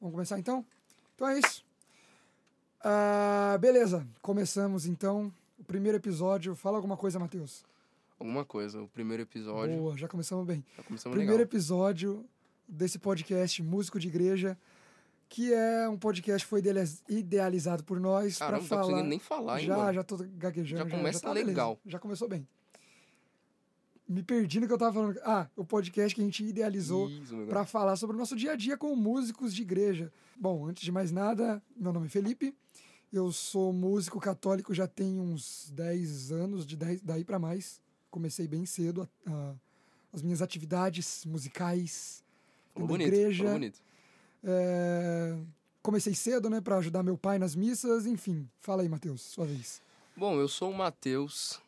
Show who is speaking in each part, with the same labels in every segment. Speaker 1: começar então? Então é isso. Ah, beleza, começamos então o primeiro episódio. Fala alguma coisa, Matheus.
Speaker 2: Alguma coisa, o primeiro episódio.
Speaker 1: Boa, já começamos bem.
Speaker 2: Já começamos
Speaker 1: primeiro
Speaker 2: legal.
Speaker 1: episódio desse podcast Músico de Igreja, que é um podcast que foi idealiz- idealizado por nós para
Speaker 2: Caramba, não tô
Speaker 1: falar.
Speaker 2: conseguindo nem falar
Speaker 1: já,
Speaker 2: ainda.
Speaker 1: já tô gaguejando.
Speaker 2: Já começa
Speaker 1: tá beleza.
Speaker 2: legal.
Speaker 1: Já começou bem. Me perdi no que eu tava falando. Ah, o podcast que a gente idealizou
Speaker 2: Isso, meu
Speaker 1: para falar sobre o nosso dia a dia com músicos de igreja. Bom, antes de mais nada, meu nome é Felipe. Eu sou músico católico já tem uns 10 anos, de 10, daí para mais. Comecei bem cedo a- a- as minhas atividades musicais.
Speaker 2: Falou
Speaker 1: da
Speaker 2: bonito,
Speaker 1: igreja.
Speaker 2: falou bonito.
Speaker 1: É, Comecei cedo, né, para ajudar meu pai nas missas, enfim. Fala aí, Matheus, sua vez.
Speaker 2: Bom, eu sou o Matheus.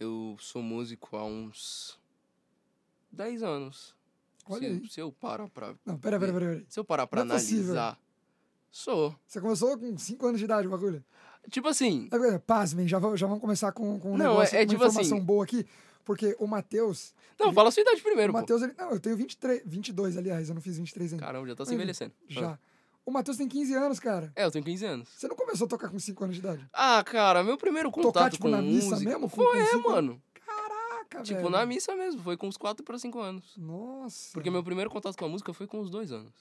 Speaker 2: Eu sou músico há uns 10 anos.
Speaker 1: Olha
Speaker 2: se,
Speaker 1: aí.
Speaker 2: se eu parar pra.
Speaker 1: Não, pera, pera,
Speaker 2: ver-
Speaker 1: pera. pera.
Speaker 2: Se eu parar pra
Speaker 1: Não é possível.
Speaker 2: analisar. Sou.
Speaker 1: Você começou com 5 anos de idade, o bagulho?
Speaker 2: Tipo assim,
Speaker 1: É, é, Pasmem, já, vão- já vamos começar com, com um
Speaker 2: Não, é-
Speaker 1: negócio,
Speaker 2: é
Speaker 1: uma
Speaker 2: tipo
Speaker 1: informação
Speaker 2: assim-
Speaker 1: boa aqui. Porque o Matheus,
Speaker 2: não, fala a sua idade primeiro,
Speaker 1: o
Speaker 2: pô.
Speaker 1: Matheus, ele... Não, eu tenho 23, 22, aliás, eu não fiz 23 ainda.
Speaker 2: Caramba, já tá se
Speaker 1: Mas,
Speaker 2: envelhecendo. Ah.
Speaker 1: Já. O Matheus tem 15 anos, cara.
Speaker 2: É, eu tenho 15 anos.
Speaker 1: Você não começou a tocar com 5 anos de idade?
Speaker 2: Ah, cara, meu primeiro contato
Speaker 1: tipo,
Speaker 2: com
Speaker 1: na missa
Speaker 2: música
Speaker 1: mesmo, com-
Speaker 2: foi,
Speaker 1: com
Speaker 2: é,
Speaker 1: cinco- É.
Speaker 2: mano.
Speaker 1: Caraca,
Speaker 2: Tipo,
Speaker 1: velho.
Speaker 2: na missa mesmo, foi com uns 4 pra 5 anos.
Speaker 1: Nossa.
Speaker 2: Porque meu primeiro contato com a música foi com os 2 anos.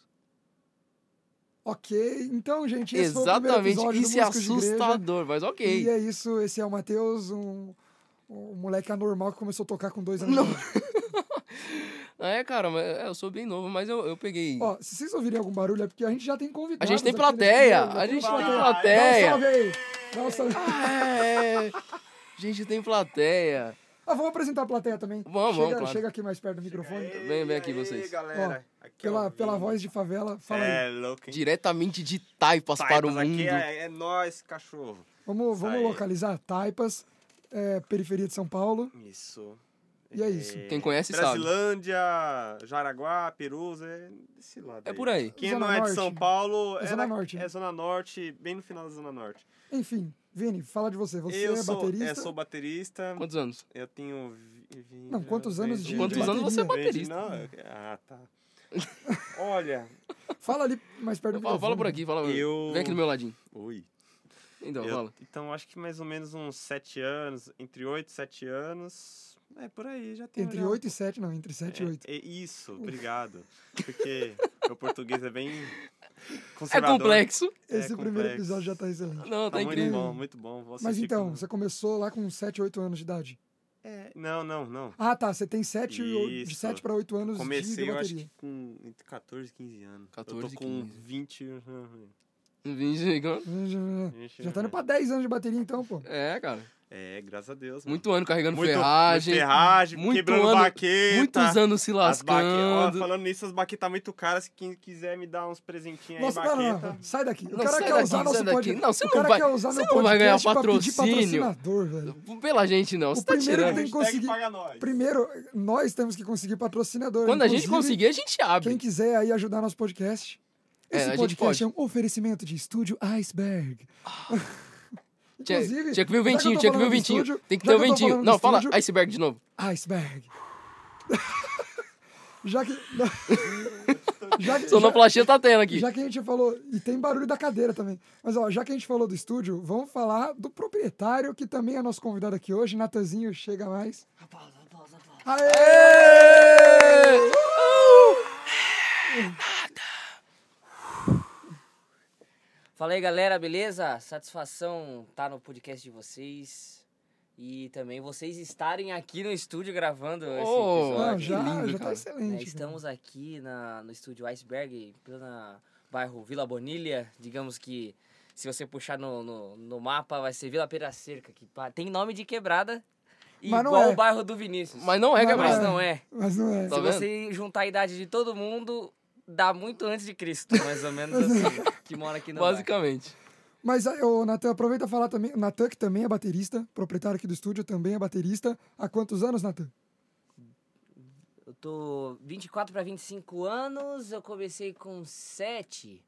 Speaker 1: Ok, então, gente, esse foi o primeiro
Speaker 2: Exatamente,
Speaker 1: episódio
Speaker 2: isso
Speaker 1: do
Speaker 2: é
Speaker 1: Músicos de Igreja.
Speaker 2: assustador, mas ok.
Speaker 1: E é isso, esse é o Matheus, um, um moleque anormal que começou a tocar com 2 anos de
Speaker 2: Não.
Speaker 1: idade.
Speaker 2: É, cara, mas, é, eu sou bem novo, mas eu, eu peguei.
Speaker 1: Ó, se vocês ouvirem algum barulho, é porque a gente já tem convidado.
Speaker 2: a gente tem plateia, a gente tem
Speaker 1: né? Dá um
Speaker 2: plateia. Ah,
Speaker 1: salve aí. Dá um salve.
Speaker 2: É, a gente tem plateia.
Speaker 1: Ah, vamos apresentar a plateia também.
Speaker 2: Vamos,
Speaker 1: chega,
Speaker 2: vamos, claro.
Speaker 1: chega aqui mais perto do microfone.
Speaker 2: Vem, vem aqui vocês.
Speaker 3: galera. Aqui é o
Speaker 1: Pela, pela
Speaker 3: Vini.
Speaker 1: voz de favela, fala aí.
Speaker 3: É louco, hein?
Speaker 2: Diretamente de Taipas
Speaker 3: Taipas
Speaker 2: para o mundo.
Speaker 3: Aqui é, é nós, cachorro.
Speaker 1: Vamos, vamos
Speaker 3: Aí.
Speaker 1: localizar Taipas, é, periferia de São Paulo.
Speaker 3: Isso.
Speaker 1: E é isso.
Speaker 2: Quem conhece sabe.
Speaker 3: Brasilândia, Jaraguá, Perusa, é desse lado.
Speaker 2: É por aí.
Speaker 3: Quem
Speaker 1: Zona
Speaker 3: não é
Speaker 1: Norte.
Speaker 3: de São Paulo
Speaker 1: É
Speaker 3: é,
Speaker 1: Zona
Speaker 3: na-
Speaker 1: Norte, né?
Speaker 3: é Zona Norte, bem no final da Zona Norte.
Speaker 1: Enfim, Vini, fala de você. Você
Speaker 3: eu
Speaker 1: é
Speaker 3: sou,
Speaker 1: baterista.
Speaker 3: Eu sou baterista.
Speaker 2: Quantos anos?
Speaker 3: Eu tenho. vi- vi-
Speaker 1: Não, quantos anos
Speaker 3: vi-
Speaker 1: de
Speaker 2: Quantos anos você é
Speaker 1: bateria?
Speaker 2: baterista?
Speaker 3: Não, eu- ah, tá. Olha,
Speaker 1: Fala ali mais perto do
Speaker 2: é? Fala, fala
Speaker 1: microfone.
Speaker 2: por aqui, fala.
Speaker 3: Eu-
Speaker 2: Vem aqui do meu ladinho.
Speaker 3: ui.
Speaker 2: Então,
Speaker 3: Eu-
Speaker 2: fala.
Speaker 3: então, acho que mais ou menos uns 7 anos, entre 8 e 7 anos. É por aí, já tem.
Speaker 1: Entre
Speaker 3: já.
Speaker 1: 8 e 7, não, entre 7 e 8.
Speaker 3: É, é isso, obrigado. Porque meu português é bem.
Speaker 2: É
Speaker 3: conservador.
Speaker 2: complexo.
Speaker 3: É
Speaker 1: Esse primeiro
Speaker 3: complexo.
Speaker 1: episódio já tá excelente.
Speaker 2: Não, tá
Speaker 3: Tá muito
Speaker 2: incrível.
Speaker 3: bom, muito bom. Vou
Speaker 1: Mas
Speaker 3: assistir
Speaker 1: então,
Speaker 3: quando-
Speaker 1: você começou lá com 7, 8 anos de idade.
Speaker 3: É, não, não, não.
Speaker 1: Ah, tá, você tem 7, de
Speaker 3: Isso.
Speaker 1: 7 para 8 anos de
Speaker 3: Comecei, eu acho
Speaker 1: bateria.
Speaker 3: que com entre 14 e 15 anos.
Speaker 2: 14
Speaker 3: eu
Speaker 2: e
Speaker 3: tô com né,
Speaker 2: 15.
Speaker 3: 20.
Speaker 2: Vinte-
Speaker 1: Já tá indo pra 10 anos de bateria então, pô.
Speaker 2: É, cara.
Speaker 3: É, graças a Deus. mano.
Speaker 2: Muito ano carregando
Speaker 3: Muito-
Speaker 2: ferragem.
Speaker 3: ferragem,
Speaker 2: muito
Speaker 3: quebrando
Speaker 2: ano-
Speaker 3: baqueta.
Speaker 2: Muitos anos se
Speaker 3: As baque- ó,
Speaker 2: lascando.
Speaker 3: Falando nisso, as baquetas tá muito caras. Quem quiser me dar uns presentinhos aí, tá-
Speaker 1: Nossa, não, não,
Speaker 3: baqueta.
Speaker 1: não, sai daqui. O
Speaker 2: Não,
Speaker 1: cara
Speaker 2: sai
Speaker 1: quer
Speaker 2: daqui,
Speaker 1: usar
Speaker 2: sai
Speaker 1: nosso
Speaker 2: daqui.
Speaker 1: podcast.
Speaker 2: Não, você
Speaker 1: o
Speaker 2: não
Speaker 1: cara
Speaker 2: vai-
Speaker 1: quer usar
Speaker 2: você
Speaker 1: meu
Speaker 2: não vai ganhar
Speaker 1: podcast pra pedir
Speaker 2: patrocínio.
Speaker 1: patrocinador, velho.
Speaker 2: Pela gente, não.
Speaker 1: O
Speaker 2: Você tá
Speaker 1: primeiro tem
Speaker 2: tirando.
Speaker 1: que
Speaker 3: Hashtag
Speaker 1: conseguir-
Speaker 3: paga nós.
Speaker 1: Primeiro, nós temos que conseguir patrocinador.
Speaker 2: Quando a gente
Speaker 1: Inclusive,
Speaker 2: conseguir, a gente abre.
Speaker 1: Quem quiser aí ajudar nosso podcast.
Speaker 2: É,
Speaker 1: Esse
Speaker 2: a gente
Speaker 1: podcast
Speaker 2: pode.
Speaker 1: é um oferecimento de estúdio Iceberg.
Speaker 2: Tinha,
Speaker 1: Inclusive,
Speaker 2: tinha que vir o
Speaker 1: já eu tô
Speaker 2: ventinho, tinha que vir o
Speaker 1: falando de
Speaker 2: ventinho.
Speaker 1: estúdio,
Speaker 2: Tem que
Speaker 1: já
Speaker 2: ter o
Speaker 1: eu tô
Speaker 2: ventinho.
Speaker 1: falando
Speaker 2: Não,
Speaker 1: de
Speaker 2: fala
Speaker 1: estúdio,
Speaker 2: iceberg de novo.
Speaker 1: Iceberg. Já que. já que- já-
Speaker 2: Sonoplastia tá tendo aqui.
Speaker 1: Já que a gente falou, e tem barulho da cadeira também. Mas ó, já que a gente falou do estúdio, vamos falar do proprietário que também é nosso convidado aqui hoje, Natanzinho, chega mais. Aê!
Speaker 2: Ê!
Speaker 4: Fala aí, galera, beleza? Satisfação estar no podcast de vocês. E também vocês estarem aqui no estúdio gravando esse
Speaker 1: Não,
Speaker 2: Oh, que
Speaker 4: episódio.
Speaker 1: já,
Speaker 2: lindo,
Speaker 1: já tá
Speaker 2: cara.
Speaker 4: né?
Speaker 1: excelente. cara.
Speaker 4: Estamos aqui na, no estúdio Iceberg, plena bairro Vila Bonilha. Digamos que se você puxar no, no, no mapa, vai ser Vila Peracerca, que pa- tem nome de quebrada,
Speaker 1: Mas
Speaker 4: igual
Speaker 1: não é.
Speaker 4: o bairro do Vinícius.
Speaker 2: Mas não é,
Speaker 1: Mas
Speaker 4: Mas
Speaker 2: Gabriel.
Speaker 4: não é.
Speaker 1: Mas não é.
Speaker 2: Tá
Speaker 4: Se
Speaker 2: vendo?
Speaker 4: você juntar a idade de todo mundo, dá muito antes de Cristo, mais ou menos assim, que mora aqui no bairro.
Speaker 2: Basicamente.
Speaker 1: Mas o Natan, aproveita a falar também. Natan, que também é baterista, proprietário aqui do estúdio, também é baterista. Há quantos anos, Natan?
Speaker 4: Eu tô 24 para 25 anos, eu comecei com 7.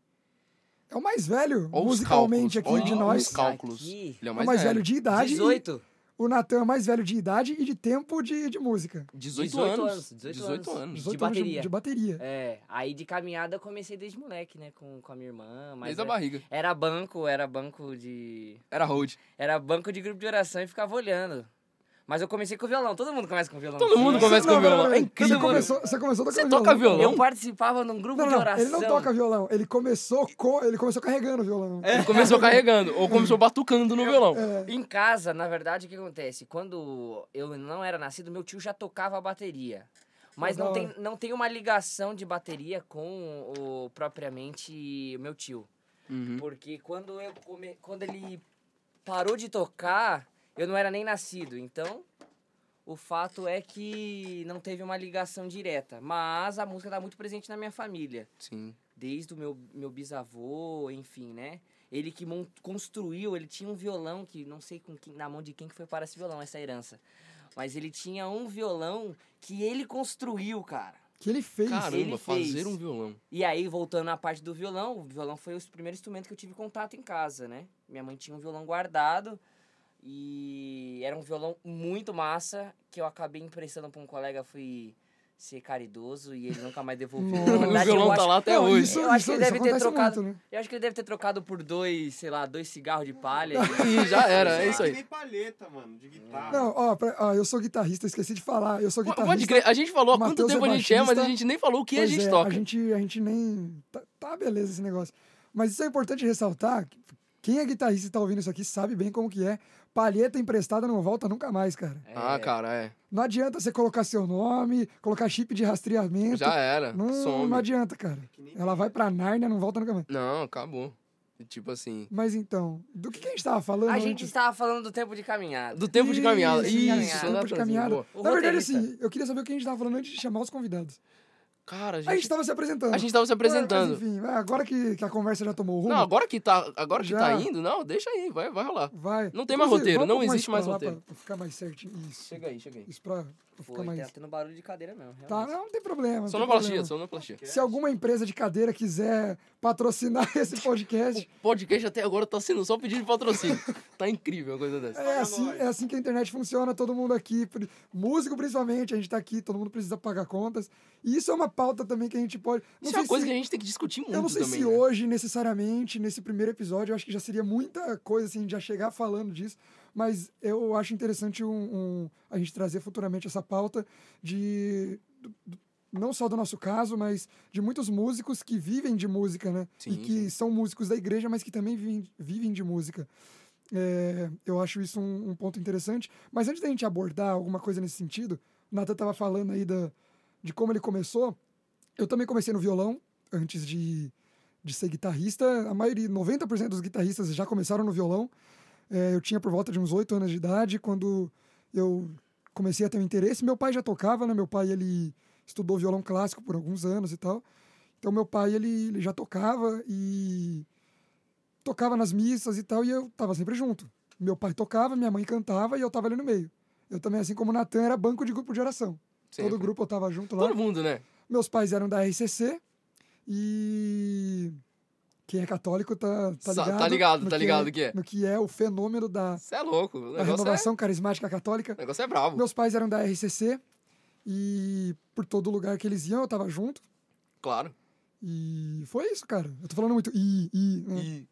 Speaker 1: É o mais velho,
Speaker 2: Olha os
Speaker 1: musicalmente
Speaker 2: cálculos.
Speaker 1: aqui
Speaker 2: olha
Speaker 1: de
Speaker 2: os
Speaker 1: nós.
Speaker 2: cálculos.
Speaker 4: Aqui.
Speaker 1: É
Speaker 2: Ele é o
Speaker 1: o
Speaker 2: mais,
Speaker 1: mais velho de idade. e-
Speaker 4: 18.
Speaker 1: O Natan é mais velho de idade e de tempo de, de música.
Speaker 2: 18,
Speaker 4: 18
Speaker 2: anos.
Speaker 4: anos, 18 anos.
Speaker 2: anos.
Speaker 1: 18 anos
Speaker 4: De bateria.
Speaker 1: De, bateria.
Speaker 4: É, aí de caminhada eu comecei desde moleque, né? Com, com a minha irmã. Mas
Speaker 2: Desde a
Speaker 4: é-
Speaker 2: barriga.
Speaker 4: era banco, era banco de.
Speaker 2: Era hold.
Speaker 4: Era banco de grupo de oração e ficava olhando. Mas eu comecei com violão, todo mundo começa com violão.
Speaker 2: Todo mundo
Speaker 4: Sim.
Speaker 1: Você-
Speaker 2: começa com
Speaker 1: não, pera,
Speaker 2: violão.
Speaker 1: pera,
Speaker 2: É incrível.
Speaker 1: Você começou, você começou
Speaker 2: Você
Speaker 1: tocando
Speaker 2: toca violão?
Speaker 4: Eu participava num grupo
Speaker 1: Não,
Speaker 4: de
Speaker 1: não,
Speaker 4: oração.
Speaker 1: ele não toca violão. Ele começou com, ele começou carregando o violão.
Speaker 2: Ele começou carregando, ou começou
Speaker 1: Uhum.
Speaker 2: batucando
Speaker 1: É.
Speaker 2: no violão.
Speaker 4: Em casa, na verdade, o que acontece? Quando eu não era nascido, meu tio já tocava a bateria. Mas
Speaker 1: da
Speaker 4: não tem,
Speaker 1: hora.
Speaker 4: não tem uma ligação de bateria com o propriamente o meu tio.
Speaker 1: Hum.
Speaker 2: Uhum.
Speaker 4: Porque quando, eu come... quando ele parou de tocar, eu não era nem nascido. Então, o fato é que não teve uma ligação direta. Mas a música está muito presente na minha família
Speaker 2: Sim.
Speaker 4: desde o meu, meu bisavô, enfim, né? Ele que mon- construiu, ele tinha um violão que não sei com quem- na mão de quem que foi para esse violão, essa herança. Mas ele tinha um violão que ele construiu, cara.
Speaker 1: Que ele fez.
Speaker 2: Caramba,
Speaker 4: ele fez.
Speaker 2: fazer um violão.
Speaker 4: E aí, voltando à parte do violão, o violão foi o primeiro instrumento que eu tive contato em casa, né? Minha mãe tinha um violão guardado e era um violão muito massa que eu acabei emprestando pra um colega, fui ser caridoso e ele nunca mais devolveu. Na
Speaker 1: Nossa. O
Speaker 4: verdade, eu
Speaker 2: violão tá
Speaker 4: acho-
Speaker 2: lá até
Speaker 1: Não,
Speaker 2: hoje.
Speaker 1: Isso,
Speaker 4: Eu acho
Speaker 1: isso,
Speaker 4: que
Speaker 1: isso
Speaker 4: ele deve ter
Speaker 1: acontece
Speaker 4: trocado-
Speaker 1: muito, né?
Speaker 4: Eu acho que ele deve ter trocado por dois, sei lá, dois cigarros de palha.
Speaker 2: E já era, é
Speaker 3: Sei
Speaker 2: isso
Speaker 3: lá,
Speaker 2: aí.
Speaker 3: que Nem palheta, mano, de guitarra.
Speaker 1: Não, ó, pra- ó, eu sou guitarrista, esqueci de falar. Eu sou
Speaker 2: Pô,
Speaker 1: guitarrista.
Speaker 2: Pode crer, a gente falou há quanto
Speaker 1: Matheus é
Speaker 2: tempo a gente é, mas a
Speaker 1: baixista.
Speaker 2: gente nem falou o que
Speaker 1: Pois
Speaker 2: a gente
Speaker 1: é,
Speaker 2: toca.
Speaker 1: A gente, a gente nem. Tá, tá beleza esse negócio. Mas isso é importante ressaltar. que Quem é guitarrista e tá ouvindo isso aqui sabe bem como que é. Palheta emprestada não volta nunca mais, cara.
Speaker 2: Ah,
Speaker 4: É,
Speaker 2: cara, é.
Speaker 1: Não adianta você colocar seu nome, colocar chip de rastreamento.
Speaker 2: Já era.
Speaker 1: não, não
Speaker 2: Some.
Speaker 1: adianta, cara.
Speaker 3: Que nem
Speaker 1: Ela vai pra Nárnia, não volta nunca mais.
Speaker 2: Não, acabou. Tipo assim.
Speaker 1: Mas então, do que, que a gente tava falando?
Speaker 4: A gente
Speaker 1: antes?
Speaker 4: estava falando do tempo de caminhada.
Speaker 2: Do tempo de caminhada.
Speaker 1: Isso,
Speaker 2: Isso,
Speaker 1: tempo de
Speaker 2: exatamente.
Speaker 1: caminhada.
Speaker 2: Boa.
Speaker 4: O
Speaker 1: Na verdade,
Speaker 4: roteirista.
Speaker 1: assim, eu queria saber o que a gente tava falando antes de chamar os convidados.
Speaker 2: Cara, a
Speaker 1: A gente
Speaker 2: gente,
Speaker 1: tava tá se apresentando.
Speaker 2: a gente tava se
Speaker 1: Mas,
Speaker 2: apresentando.
Speaker 1: enfim, é, agora que, que a conversa já tomou rumo,
Speaker 2: Não, agora que tá, agora que tá
Speaker 1: Já.
Speaker 2: indo, não, deixa aí, vai, vai rolar.
Speaker 1: vai.
Speaker 2: Não tem mais
Speaker 1: Inclusive,
Speaker 2: roteiro,
Speaker 1: vamos
Speaker 2: não
Speaker 1: pra uma
Speaker 2: existe mais
Speaker 1: escola lá
Speaker 2: roteiro.
Speaker 1: Pra, pra ficar mais certinho. Isso.
Speaker 2: Chega aí, chega aí.
Speaker 1: Isso pra, pra ficar
Speaker 4: Foi, tá
Speaker 1: mais.
Speaker 4: tendo barulho de cadeira mesmo.
Speaker 1: Tá,
Speaker 4: realmente.
Speaker 1: não, não tem problema. não tem
Speaker 2: Sonoplastia,
Speaker 1: problema.
Speaker 2: sonoplastia.
Speaker 1: Se alguma empresa de cadeira quiser patrocinar esse podcast,
Speaker 2: O podcast até agora tá sendo só pedido de patrocínio. tá incrível uma coisa dessa.
Speaker 1: É assim,
Speaker 3: nós.
Speaker 1: é assim que a internet funciona, todo mundo aqui, pri- músico principalmente, a gente tá aqui, todo mundo precisa pagar contas. E isso é uma pauta também que a gente pode. Não
Speaker 2: Isso é
Speaker 1: sei
Speaker 2: uma coisa
Speaker 1: se,
Speaker 2: que a gente tem que discutir muito
Speaker 1: eu não sei
Speaker 2: também.
Speaker 1: se
Speaker 2: né?
Speaker 1: hoje, necessariamente, nesse primeiro episódio, eu acho que já seria muita coisa assim, já chegar falando disso. Mas eu acho interessante um, um- a gente trazer futuramente essa pauta de. do- do- não só do nosso caso, mas de muitos músicos que vivem de música, né? e
Speaker 2: Sim,
Speaker 1: que
Speaker 2: sim.
Speaker 1: são músicos da igreja, mas que também vivem, vivem de música. É, eu acho isso um, um ponto interessante. Mas antes da gente abordar alguma coisa nesse sentido, o Nathan estava falando aí da, de como ele começou. Eu também comecei no violão, antes de, de ser guitarrista. A maioria, 90% dos guitarristas já começaram no violão. É, eu tinha por volta de uns 8 anos de idade, quando eu comecei a ter um interesse. Meu pai já tocava, né? Meu pai, ele estudou violão clássico por alguns anos e tal. Então, meu pai, ele, ele já tocava e tocava nas missas e tal, e eu tava sempre junto. Meu pai tocava, minha mãe cantava e eu tava ali no meio. Eu também, assim como o Natan, era banco de grupo de oração.
Speaker 2: Sempre.
Speaker 1: Todo grupo eu tava junto lá.
Speaker 2: Todo mundo, né?
Speaker 1: Meus pais eram da RCC e quem é católico tá, tá
Speaker 2: Sa-
Speaker 1: ligado.
Speaker 2: tá ligado,
Speaker 1: no
Speaker 2: tá ligado o que é.
Speaker 1: No que é o fenômeno da,
Speaker 2: Você é louco. O
Speaker 1: da
Speaker 2: negócio, é,
Speaker 1: renovação carismática católica.
Speaker 2: o negócio é bravo.
Speaker 1: Meus pais eram da RCC e por todo lugar que eles iam eu tava junto.
Speaker 2: Claro.
Speaker 1: E foi isso, cara. Eu tô falando muito e, e, né?
Speaker 2: E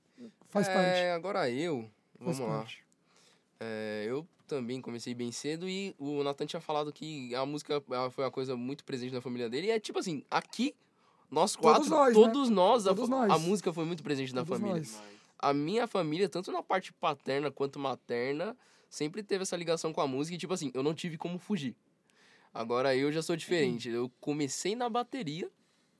Speaker 1: faz
Speaker 2: é,
Speaker 1: parte.
Speaker 2: agora eu.
Speaker 1: Faz
Speaker 2: Vamos lá.
Speaker 1: parte.
Speaker 2: É, eu também comecei bem cedo e o Nathan tinha falado que a música ela foi uma coisa muito presente na família dele. E é tipo assim, aqui, nós quatro,
Speaker 1: Todos nós, né?
Speaker 2: todos nós, a,
Speaker 1: Todos nós.
Speaker 2: a música foi muito presente na
Speaker 1: Todos
Speaker 2: família.
Speaker 1: nós.
Speaker 2: A minha família, tanto na parte paterna quanto materna, sempre teve essa ligação com a música e, tipo assim, eu não tive como fugir. Agora eu já sou diferente. Eu comecei na bateria.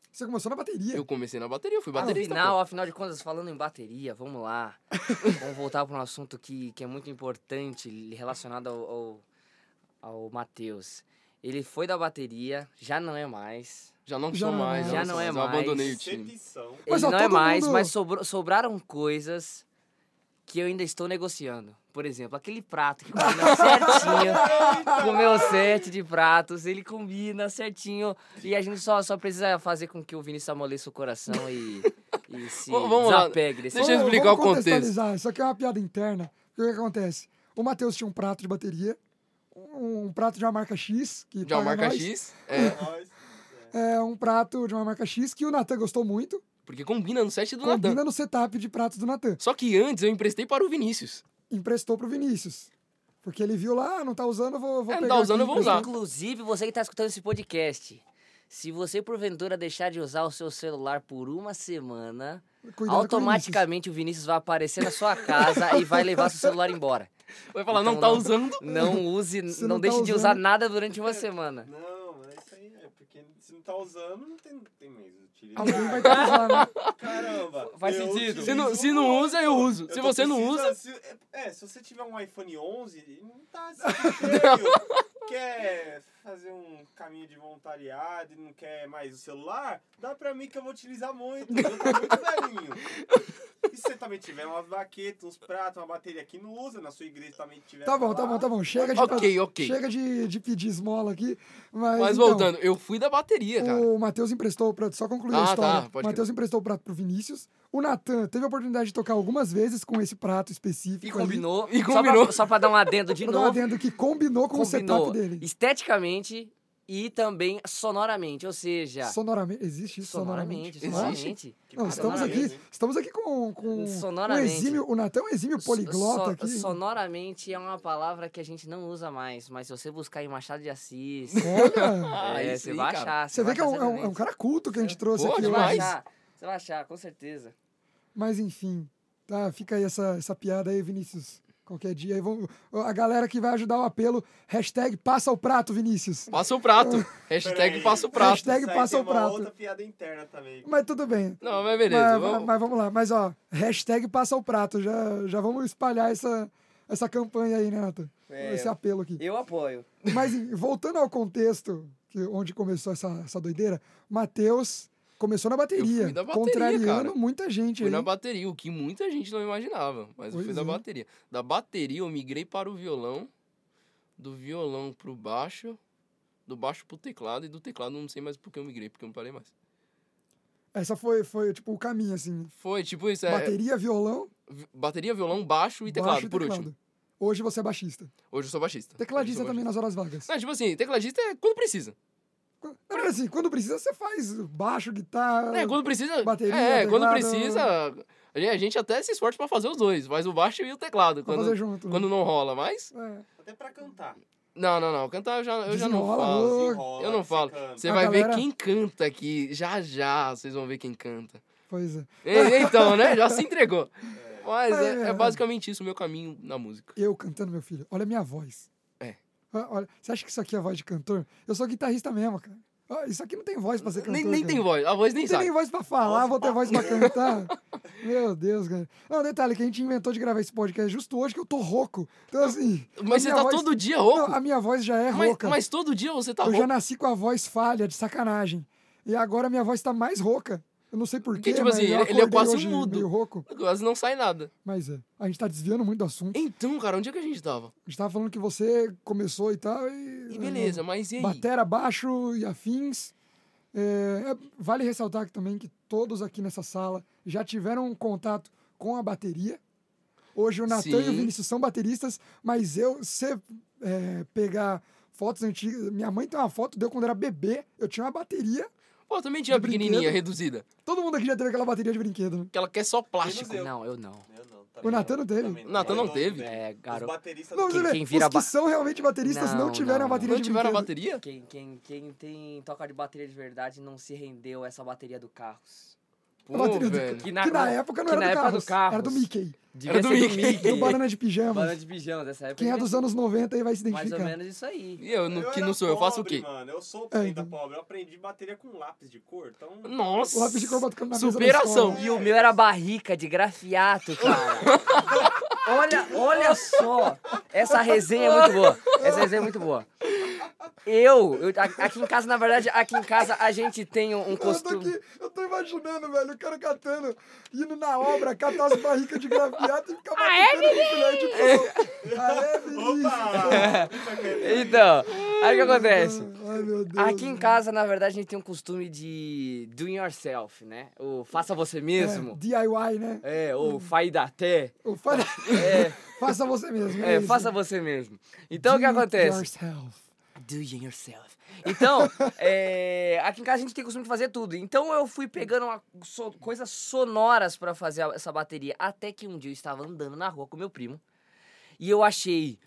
Speaker 1: Você começou na bateria.
Speaker 2: Eu comecei na bateria, eu
Speaker 1: Ah,
Speaker 2: fui
Speaker 4: Afinal,
Speaker 2: baterista. pô.
Speaker 4: afinal de contas, falando em bateria, vamos lá. vamos voltar para um assunto que, que é muito importante relacionado ao, ao, ao Matheus. Ele foi da bateria, já não é mais.
Speaker 2: Já não
Speaker 1: Já não
Speaker 2: sou
Speaker 1: é
Speaker 2: mais.
Speaker 1: mais. Já
Speaker 2: sou
Speaker 4: não é
Speaker 2: Eu
Speaker 4: mais.
Speaker 2: abandonei o time.
Speaker 3: Decepção.
Speaker 1: Mas, ó,
Speaker 4: ele não é
Speaker 1: todo
Speaker 4: mais,
Speaker 1: mundo-
Speaker 4: mas sobrou- sobraram coisas que eu ainda estou negociando. Por exemplo, aquele prato que combina certinho com o meu set de pratos, ele combina certinho. E a gente só, só precisa fazer com que o Vinícius amoleça o coração e, e se
Speaker 2: Vamos lá.
Speaker 4: desapegue desse
Speaker 2: Deixa eu
Speaker 1: Vamos-
Speaker 2: explicar
Speaker 1: vamos
Speaker 2: o contexto.
Speaker 1: contextualizar. Isso aqui é uma piada interna. O que que acontece? O Matheus tinha um prato de bateria, um, um prato de uma marca X, que
Speaker 2: De uma
Speaker 1: paga
Speaker 2: marca
Speaker 1: nós.
Speaker 2: X. É,
Speaker 3: Nós-
Speaker 1: É um prato de uma marca X que o Natan gostou muito.
Speaker 2: porque combina no set do
Speaker 1: combina
Speaker 2: Natan.
Speaker 1: no setup de pratos do Natan.
Speaker 2: Só que antes eu emprestei para o Vinícius.
Speaker 1: Emprestou pro Vinícius. Porque ele viu lá, "Ah, não tá usando, eu vou, vou
Speaker 2: É, não
Speaker 1: pegar
Speaker 2: tá usando,
Speaker 1: aqui
Speaker 2: eu vou usar.
Speaker 1: emprestado."
Speaker 4: Inclusive, você que está escutando esse podcast, se você porventura deixar de usar o seu celular por uma semana,
Speaker 1: Cuidado
Speaker 4: automaticamente o Vinícius vai aparecer na sua casa e vai levar seu celular embora.
Speaker 2: Vai falar,
Speaker 4: Então
Speaker 2: não tá
Speaker 4: não.
Speaker 2: usando.
Speaker 4: Não use,
Speaker 1: Você
Speaker 4: não,
Speaker 1: não tá
Speaker 4: deixe de usar
Speaker 1: usando.
Speaker 4: nada durante uma semana.
Speaker 3: Não, mas isso aí é porque se não tá usando, não tem, tem mais
Speaker 1: com o Vinícius. Alguém vai
Speaker 3: utilidade.
Speaker 1: ter que usar, né?
Speaker 3: Caramba!
Speaker 4: Faz
Speaker 3: eu
Speaker 4: sentido.
Speaker 3: utilizo
Speaker 2: Se não- se não
Speaker 3: muito.
Speaker 2: usa, eu uso. Se
Speaker 3: tô
Speaker 2: você não
Speaker 3: precisando-
Speaker 2: usa-
Speaker 3: se- é, se você tiver um iPhone 11, não tá esse critério. Quer fazer um caminho de voluntariado e não quer mais o celular? Dá pra mim que eu vou utilizar muito. Eu tô muito velhinho. E se você também tiver umas baquetas, uns pratos, uma bateria que não usa, na sua igreja também tiver.
Speaker 1: Tá bom, tá bom, tá bom. Chega de,
Speaker 2: Ok, ok.
Speaker 1: chega de, de pedir esmola aqui. Mas,
Speaker 2: Mas
Speaker 1: então,
Speaker 2: voltando, eu fui da bateria, cara.
Speaker 1: O Matheus emprestou o prato, só concluir a
Speaker 2: Ah, tá,
Speaker 1: história.
Speaker 2: pode
Speaker 1: o Matheus emprestou o prato pro Vinícius. O Natan teve a oportunidade de tocar algumas vezes com esse prato específico.
Speaker 4: E
Speaker 1: ali,
Speaker 4: combinou.
Speaker 2: E
Speaker 4: só
Speaker 2: combinou.
Speaker 4: pra- Só pra dar um adendo de
Speaker 1: pra dar um
Speaker 4: novo.
Speaker 1: adendo que combinou com o
Speaker 4: combinou
Speaker 1: setup dele.
Speaker 4: esteticamente e também sonoramente, ou seja,
Speaker 1: Sonoramente. Existe isso sonoramente?
Speaker 4: sonoramente,
Speaker 1: Não é?
Speaker 2: Existe.
Speaker 4: sonoramente.
Speaker 1: Não, estamos
Speaker 4: Sonoramente.
Speaker 1: aqui, estamos aqui com, com um
Speaker 4: Sonoramente.
Speaker 1: exímio. O Natan é um exímio poliglota
Speaker 4: So-
Speaker 1: aqui.
Speaker 4: Sonoramente é uma palavra que a gente não usa mais, mas se você buscar em Machado de Assis,
Speaker 1: Olha!
Speaker 2: Ah,
Speaker 4: é,
Speaker 2: isso
Speaker 4: você
Speaker 2: aí,
Speaker 4: vai
Speaker 2: cara.
Speaker 4: achar.
Speaker 1: Você vê
Speaker 4: vai
Speaker 1: que é um, é um-
Speaker 4: achar
Speaker 1: é um
Speaker 4: certamente.
Speaker 1: cara culto que a gente trouxe
Speaker 2: Pô,
Speaker 1: aqui
Speaker 4: Você
Speaker 1: hoje.
Speaker 4: vai
Speaker 2: demais.
Speaker 4: achar, você vai achar, com certeza.
Speaker 1: Mas enfim, tá? Fica aí essa, essa piada aí, Vinícius. Qualquer dia aí vamos. A galera que vai ajudar o apelo, hashtag passa o prato, Vinícius.
Speaker 2: Passa o prato. Hashtag
Speaker 3: Peraí.
Speaker 2: passa o prato.
Speaker 1: Hashtag passa o prato.
Speaker 3: outra piada interna também.
Speaker 1: Mas tudo bem.
Speaker 2: Não, mas beleza.
Speaker 1: mas, mas-
Speaker 2: Vamos...
Speaker 1: mas vamos lá. Mas ó, hashtag passa o prato. Já, já vamos espalhar essa, essa campanha aí, né, Nathan?
Speaker 4: É.
Speaker 1: Esse apelo aqui.
Speaker 4: Eu apoio.
Speaker 1: Mas em- voltando ao contexto que, onde começou essa, essa doideira, Matheus começou na bateria,
Speaker 2: Eu fui da bateria,
Speaker 1: contrariando
Speaker 2: cara.
Speaker 1: muita gente
Speaker 2: Fui
Speaker 1: aí.
Speaker 2: na bateria, o que muita gente não imaginava. Mas eu fui
Speaker 1: Pois
Speaker 2: da
Speaker 1: é.
Speaker 2: bateria. Da bateria eu migrei para o violão. Do violão pro baixo. Do baixo pro teclado. E do teclado eu não sei mais por que eu migrei, porque eu não parei mais.
Speaker 1: Essa foi, foi tipo o caminho, assim.
Speaker 2: Foi tipo isso. é,
Speaker 1: Bateria, violão,
Speaker 2: vi- bateria, violão, baixo e teclado,
Speaker 1: baixo e
Speaker 2: por
Speaker 1: teclado.
Speaker 2: último.
Speaker 1: Hoje você é baixista.
Speaker 2: Hoje eu sou baixista.
Speaker 1: Tecladista
Speaker 2: Hoje eu sou
Speaker 1: também nas horas vagas.
Speaker 2: baixista. Não, tipo assim, tecladista é quando precisa.
Speaker 1: Na verdade, assim, quando precisa, você faz baixo, guitarra.
Speaker 2: É, quando precisa.
Speaker 1: Bateria,
Speaker 2: é, quando
Speaker 1: teclado.
Speaker 2: precisa. a gente- A gente até se esforça pra fazer os dois, faz o baixo e o teclado.
Speaker 1: pra
Speaker 2: Quando,
Speaker 1: fazer junto. né?
Speaker 2: quando não rola, mas.
Speaker 1: É.
Speaker 3: Até pra cantar.
Speaker 2: Não, não, não. Cantar eu já, eu já não
Speaker 1: Desenrola,
Speaker 2: falo.
Speaker 1: ô.
Speaker 3: Desenrola,
Speaker 2: Eu não
Speaker 3: você
Speaker 2: falo.
Speaker 3: canta.
Speaker 2: Você
Speaker 1: A
Speaker 2: vai ver
Speaker 1: galera-
Speaker 2: quem canta aqui. Já já vocês vão ver quem canta.
Speaker 1: Pois é.
Speaker 2: E- Então, né? Já se entregou. Mas é,
Speaker 1: É.
Speaker 2: é basicamente isso o meu caminho na música.
Speaker 1: Eu cantando, meu filho. Olha a minha voz.
Speaker 2: É.
Speaker 1: Ó, Olha, você acha que isso aqui é a voz de cantor? Eu sou guitarrista mesmo, cara. Ó, Isso aqui não tem voz pra ser cantor.
Speaker 2: Nem, nem
Speaker 1: cara.
Speaker 2: tem voz. A voz nem
Speaker 1: Não tem
Speaker 2: sai.
Speaker 1: nem voz pra falar,
Speaker 3: Voz
Speaker 1: vou ter voz pra cantar. Meu Deus, cara. Não, detalhe, que a gente inventou de gravar esse podcast justo hoje que eu tô rouco. Então, assim.
Speaker 2: Mas
Speaker 1: a
Speaker 2: você
Speaker 1: minha
Speaker 2: tá
Speaker 1: voz-
Speaker 2: todo dia
Speaker 1: Não,
Speaker 2: rouco.
Speaker 1: a minha voz já é
Speaker 2: Mas,
Speaker 1: rouca.
Speaker 2: mas todo dia você tá
Speaker 1: eu já
Speaker 2: rouco.
Speaker 1: nasci com a voz falha, de sacanagem. E agora a minha voz tá mais rouca. Eu não sei porquê.
Speaker 2: Porque, tipo assim,
Speaker 1: mas eu
Speaker 2: ele- ele é
Speaker 1: acordei
Speaker 2: quase um
Speaker 1: hoje
Speaker 2: mudo.
Speaker 1: Meio rouco.
Speaker 2: Quase não sai nada.
Speaker 1: Mas é. A gente tá desviando muito do assunto.
Speaker 2: Então, cara, onde é que a gente tava?
Speaker 1: A gente tava falando que você começou e tal. E, é,
Speaker 2: E beleza, mas e aí?
Speaker 1: Batera, baixo e afins. É, é, vale ressaltar que também que todos aqui nessa sala já tiveram um contato com a bateria. Hoje o Natan e o
Speaker 2: Sim.
Speaker 1: Vinícius são bateristas, mas eu, se é, pegar fotos antigas, minha mãe tem uma foto de eu quando era bebê, eu tinha uma bateria.
Speaker 2: Pô, também tinha
Speaker 1: De
Speaker 2: pequenininha,
Speaker 1: brinquedo.
Speaker 2: reduzida.
Speaker 1: Todo mundo aqui já teve aquela bateria de brinquedo. né?
Speaker 2: Que ela quer só plástico.
Speaker 3: Eu-
Speaker 4: Não, eu não.
Speaker 3: Eu não, também
Speaker 1: O Natan não teve.
Speaker 3: também um
Speaker 2: O Natan não
Speaker 3: Eu
Speaker 2: teve.
Speaker 3: também.
Speaker 4: É,
Speaker 3: Os
Speaker 4: garoto.
Speaker 3: bateristas
Speaker 1: Não,
Speaker 3: do
Speaker 1: você
Speaker 4: Quem-
Speaker 1: vê,
Speaker 4: quem vira
Speaker 1: os
Speaker 4: ba-
Speaker 1: que são realmente bateristas não,
Speaker 4: Não,
Speaker 1: tiveram a
Speaker 4: não.
Speaker 1: bateria
Speaker 2: Não
Speaker 1: de
Speaker 2: tiveram a
Speaker 1: brinquedo.
Speaker 2: bateria?
Speaker 4: Quem, quem, quem tem toca de bateria de verdade não se rendeu a essa bateria do Carros.
Speaker 1: A
Speaker 2: Pô,
Speaker 1: bateria do-
Speaker 2: velho.
Speaker 1: que,
Speaker 4: Que
Speaker 1: na,
Speaker 4: na-
Speaker 1: época não
Speaker 4: que
Speaker 1: era
Speaker 4: na
Speaker 1: do
Speaker 4: época
Speaker 1: Carlos,
Speaker 4: do Carros.
Speaker 1: era do Mickey,
Speaker 4: Devia
Speaker 2: Era do
Speaker 4: ser do
Speaker 2: Mickey.
Speaker 4: Mickey.
Speaker 1: do Banana de Pijamas.
Speaker 4: Banana de Bijão, dessa época.
Speaker 1: Quem é dos anos 90 aí vai se
Speaker 4: Mais ou
Speaker 1: identificar.
Speaker 4: menos isso aí.
Speaker 2: E eu, no, que
Speaker 3: era
Speaker 2: não sou, eu faço o
Speaker 3: pobre,
Speaker 2: quê?
Speaker 3: Mano, eu sou
Speaker 1: É,
Speaker 3: ainda
Speaker 1: então.
Speaker 3: pobre. Eu aprendi bateria com lápis de cor. Então,
Speaker 1: O
Speaker 2: Nossa!
Speaker 1: lápis de cor batucando na mesa da
Speaker 2: Superação.
Speaker 1: escola.
Speaker 4: E o meu era barrica de grafiato, cara. Olha, olha só. Essa resenha é muito boa. Essa resenha é muito boa. Eu, eu- a- aqui em casa, na verdade, aqui em casa a gente tem um, um
Speaker 1: Eu tô,
Speaker 4: costume.
Speaker 1: aqui, eu tô imaginando, velho, o cara catando, indo na obra, catar as barricas de grafiato e ficar batendo no filé de pão. Ah, é, menino?
Speaker 3: Opa! Deixa quieto.
Speaker 4: Então, aí o que acontece?
Speaker 1: Ah, Ai, meu Deus.
Speaker 4: Aqui em casa, na verdade, a gente tem um costume de do it yourself, né? O faça você
Speaker 1: É,
Speaker 4: mesmo.
Speaker 1: DIY, né?
Speaker 4: É, ou faidaté.
Speaker 1: Ou fa-
Speaker 4: É,
Speaker 1: faça você mesmo.
Speaker 4: é,
Speaker 1: isso.
Speaker 4: faça você mesmo. Então, o que
Speaker 1: Do it
Speaker 4: acontece?
Speaker 1: yourself.
Speaker 4: Do it yourself. Então, é, aqui em casa a gente tem costume de fazer tudo. Então eu fui pegando uma so- coisas sonoras pra fazer a- essa bateria. Até que um dia eu estava andando na rua com meu primo. E eu achei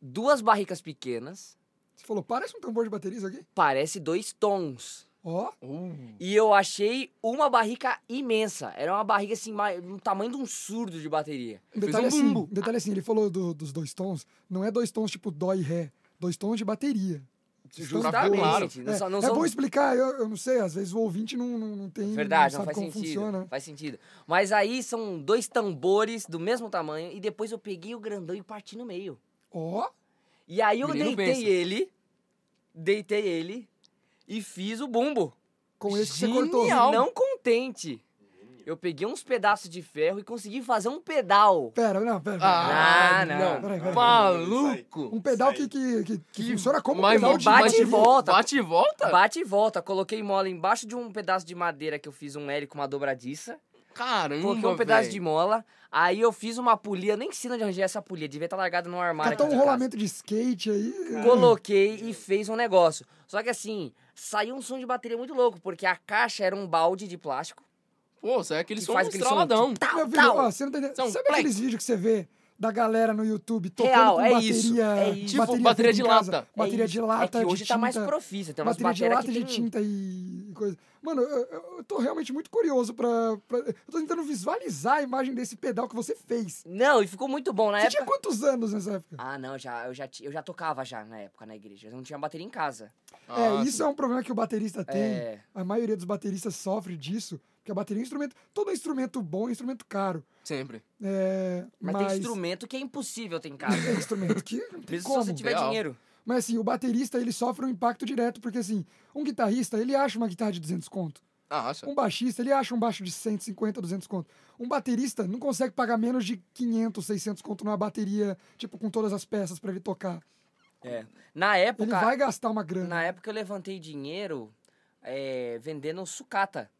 Speaker 4: duas barricas pequenas,
Speaker 1: Você falou, parece um tambor de bateria isso aqui?
Speaker 4: parece dois tons.
Speaker 1: Ó, um
Speaker 2: Uh,
Speaker 4: E eu achei uma barrica imensa. Era uma barrica assim, ma- do tamanho de um surdo de bateria.
Speaker 1: um
Speaker 2: Fez
Speaker 1: detalhe
Speaker 2: um
Speaker 1: assim,
Speaker 2: bumbo.
Speaker 1: detalhe assim, ele falou do- dos dois tons, não é dois tons tipo dó e ré, dois tons de bateria. Então,
Speaker 2: Justamente.
Speaker 1: dois-
Speaker 2: claro.
Speaker 4: Não,
Speaker 1: É,
Speaker 4: são- não
Speaker 1: é
Speaker 4: são- É
Speaker 1: bom explicar, eu, eu não sei, às vezes o ouvinte não, não, não tem.
Speaker 4: Verdade,
Speaker 1: não sabe
Speaker 4: não faz
Speaker 1: como
Speaker 4: sentido.
Speaker 1: funciona. né?
Speaker 4: Faz sentido. Mas aí são dois tambores do mesmo tamanho e depois eu peguei o grandão e parti no meio.
Speaker 1: Ó,
Speaker 4: E aí eu
Speaker 2: Menino
Speaker 4: deitei
Speaker 2: pensa.
Speaker 4: ele, deitei ele e fiz o bumbo.
Speaker 1: com esse que você
Speaker 4: Genial.
Speaker 1: cortou.
Speaker 4: Não contente. Eu peguei uns pedaços de ferro e consegui fazer um pedal.
Speaker 1: Pera, não, pera. pera.
Speaker 2: Ah,
Speaker 4: Ah,
Speaker 2: não.
Speaker 4: não.
Speaker 1: Peraí, peraí.
Speaker 2: Maluco.
Speaker 1: um pedal que,
Speaker 3: sai.
Speaker 1: que, que, que funciona como
Speaker 2: Mas
Speaker 1: pedal
Speaker 4: bom,
Speaker 1: de
Speaker 4: bate
Speaker 1: bateria.
Speaker 4: e volta.
Speaker 2: Bate e volta?
Speaker 4: Bate e volta, coloquei mola embaixo de um pedaço de madeira que eu fiz um L com uma dobradiça.
Speaker 1: Hum,
Speaker 2: Caramba,
Speaker 4: Coloquei um pedaço
Speaker 2: velho.
Speaker 4: de mola, aí eu fiz uma polia, nem sei onde arranjei essa polia, devia estar largada no armário.
Speaker 1: Catou
Speaker 4: aqui
Speaker 1: um
Speaker 4: de casa.
Speaker 1: rolamento de skate aí.
Speaker 4: Coloquei e fez um negócio. Só que assim, saiu um som de bateria muito louco, porque a caixa era um balde de plástico.
Speaker 2: Pô, sai aquele
Speaker 4: que
Speaker 2: som
Speaker 4: faz aquele som,
Speaker 2: estraladão.
Speaker 4: tipo, tal,
Speaker 1: um Meu filho,
Speaker 4: tal.
Speaker 1: ó, você não tá entendendo.
Speaker 2: São
Speaker 1: Sabe
Speaker 2: plec.
Speaker 1: aqueles vídeos que você vê da galera no YouTube tocando
Speaker 4: Real,
Speaker 1: com
Speaker 4: é
Speaker 1: bateria,
Speaker 4: isso, é isso.
Speaker 2: Tipo,
Speaker 1: feita
Speaker 2: bateria
Speaker 1: em
Speaker 2: de
Speaker 1: casa,
Speaker 2: lata.
Speaker 1: Bateria
Speaker 4: É
Speaker 1: de
Speaker 4: isso.
Speaker 1: lata,
Speaker 4: É que hoje
Speaker 1: de
Speaker 4: tá mais
Speaker 1: tinta.
Speaker 4: profissa, tem umas
Speaker 1: bateria de
Speaker 4: baterias
Speaker 1: lata,
Speaker 4: que
Speaker 1: de
Speaker 4: tem...
Speaker 1: tinta e coisa. Mano, eu, eu- eu tô realmente muito curioso pra, pra- Eu tô tentando visualizar a imagem desse pedal que você fez.
Speaker 4: Não, e ficou muito bom na
Speaker 1: você tinha
Speaker 4: época.
Speaker 1: quantos anos nessa época?
Speaker 4: Ah, não, já, eu, já, ti- eu já tocava já na época na igreja. Eu não tinha bateria em casa.
Speaker 1: é,
Speaker 2: Ah,
Speaker 1: isso é um problema que o baterista tem.
Speaker 4: É.
Speaker 1: A maioria dos bateristas sofre disso, porque a bateria é um instrumento. Todo instrumento bom é um instrumento caro.
Speaker 2: Sempre.
Speaker 1: É,
Speaker 4: Mas,
Speaker 1: mas,
Speaker 4: tem instrumento que é impossível ter em
Speaker 1: É
Speaker 4: casa.
Speaker 1: instrumento que não tem
Speaker 4: Mesmo
Speaker 1: como.
Speaker 4: se você tiver
Speaker 2: Real.
Speaker 4: dinheiro.
Speaker 1: Mas assim, o baterista ele sofre um impacto direto, porque assim, um guitarrista ele acha uma guitarra de 200 conto.
Speaker 2: Ah, acha.
Speaker 1: Um baixista ele acha um baixo de 150, 200 conto. Um baterista não consegue pagar menos de 500, 600 conto numa bateria, tipo, com todas as peças pra ele tocar.
Speaker 4: É. Na
Speaker 1: Ele
Speaker 4: época,
Speaker 1: vai gastar uma grana.
Speaker 4: na época eu levantei dinheiro é, vendendo sucata.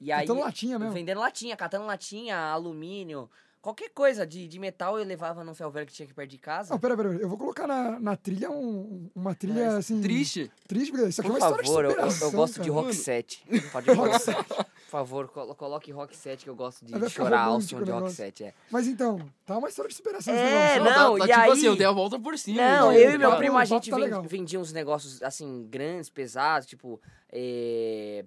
Speaker 4: E aí,
Speaker 1: Então latinha mesmo.
Speaker 4: vendendo latinha, catando latinha, alumínio, qualquer coisa de, de metal eu levava no ferro velho que tinha aqui perto de casa.
Speaker 1: Não, pera, pera, pera. Eu vou colocar na, na trilha um- uma trilha
Speaker 4: Mas
Speaker 1: assim.
Speaker 2: Triste.
Speaker 1: Triste, porque isso aqui
Speaker 4: É, Por
Speaker 1: é uma história
Speaker 4: favor,
Speaker 1: de
Speaker 4: eu, eu- eu
Speaker 1: superação,
Speaker 4: gosto de
Speaker 1: cara.
Speaker 4: rock
Speaker 2: Mano.
Speaker 4: set. Pode rock
Speaker 1: Rock
Speaker 4: set. Por favor, colo- coloque rock set que eu gosto de
Speaker 1: Aí vai ficar
Speaker 4: chorar ao
Speaker 1: romântico
Speaker 4: som de
Speaker 1: o
Speaker 4: rock
Speaker 1: negócio.
Speaker 4: set. É.
Speaker 1: Mas então, tá uma história de superação esse
Speaker 4: É,
Speaker 1: negócio.
Speaker 4: né? não,
Speaker 2: tá,
Speaker 4: e
Speaker 2: tipo
Speaker 4: aí-
Speaker 2: assim, eu dei a volta por cima.
Speaker 4: Não,
Speaker 1: né?
Speaker 4: eu e
Speaker 1: O
Speaker 4: meu
Speaker 1: papo-
Speaker 4: primo,
Speaker 1: o
Speaker 4: a
Speaker 1: papo
Speaker 4: gente
Speaker 1: tá
Speaker 4: ven-
Speaker 1: legal.
Speaker 4: vendia uns negócios, assim, grandes, pesados, tipo, é,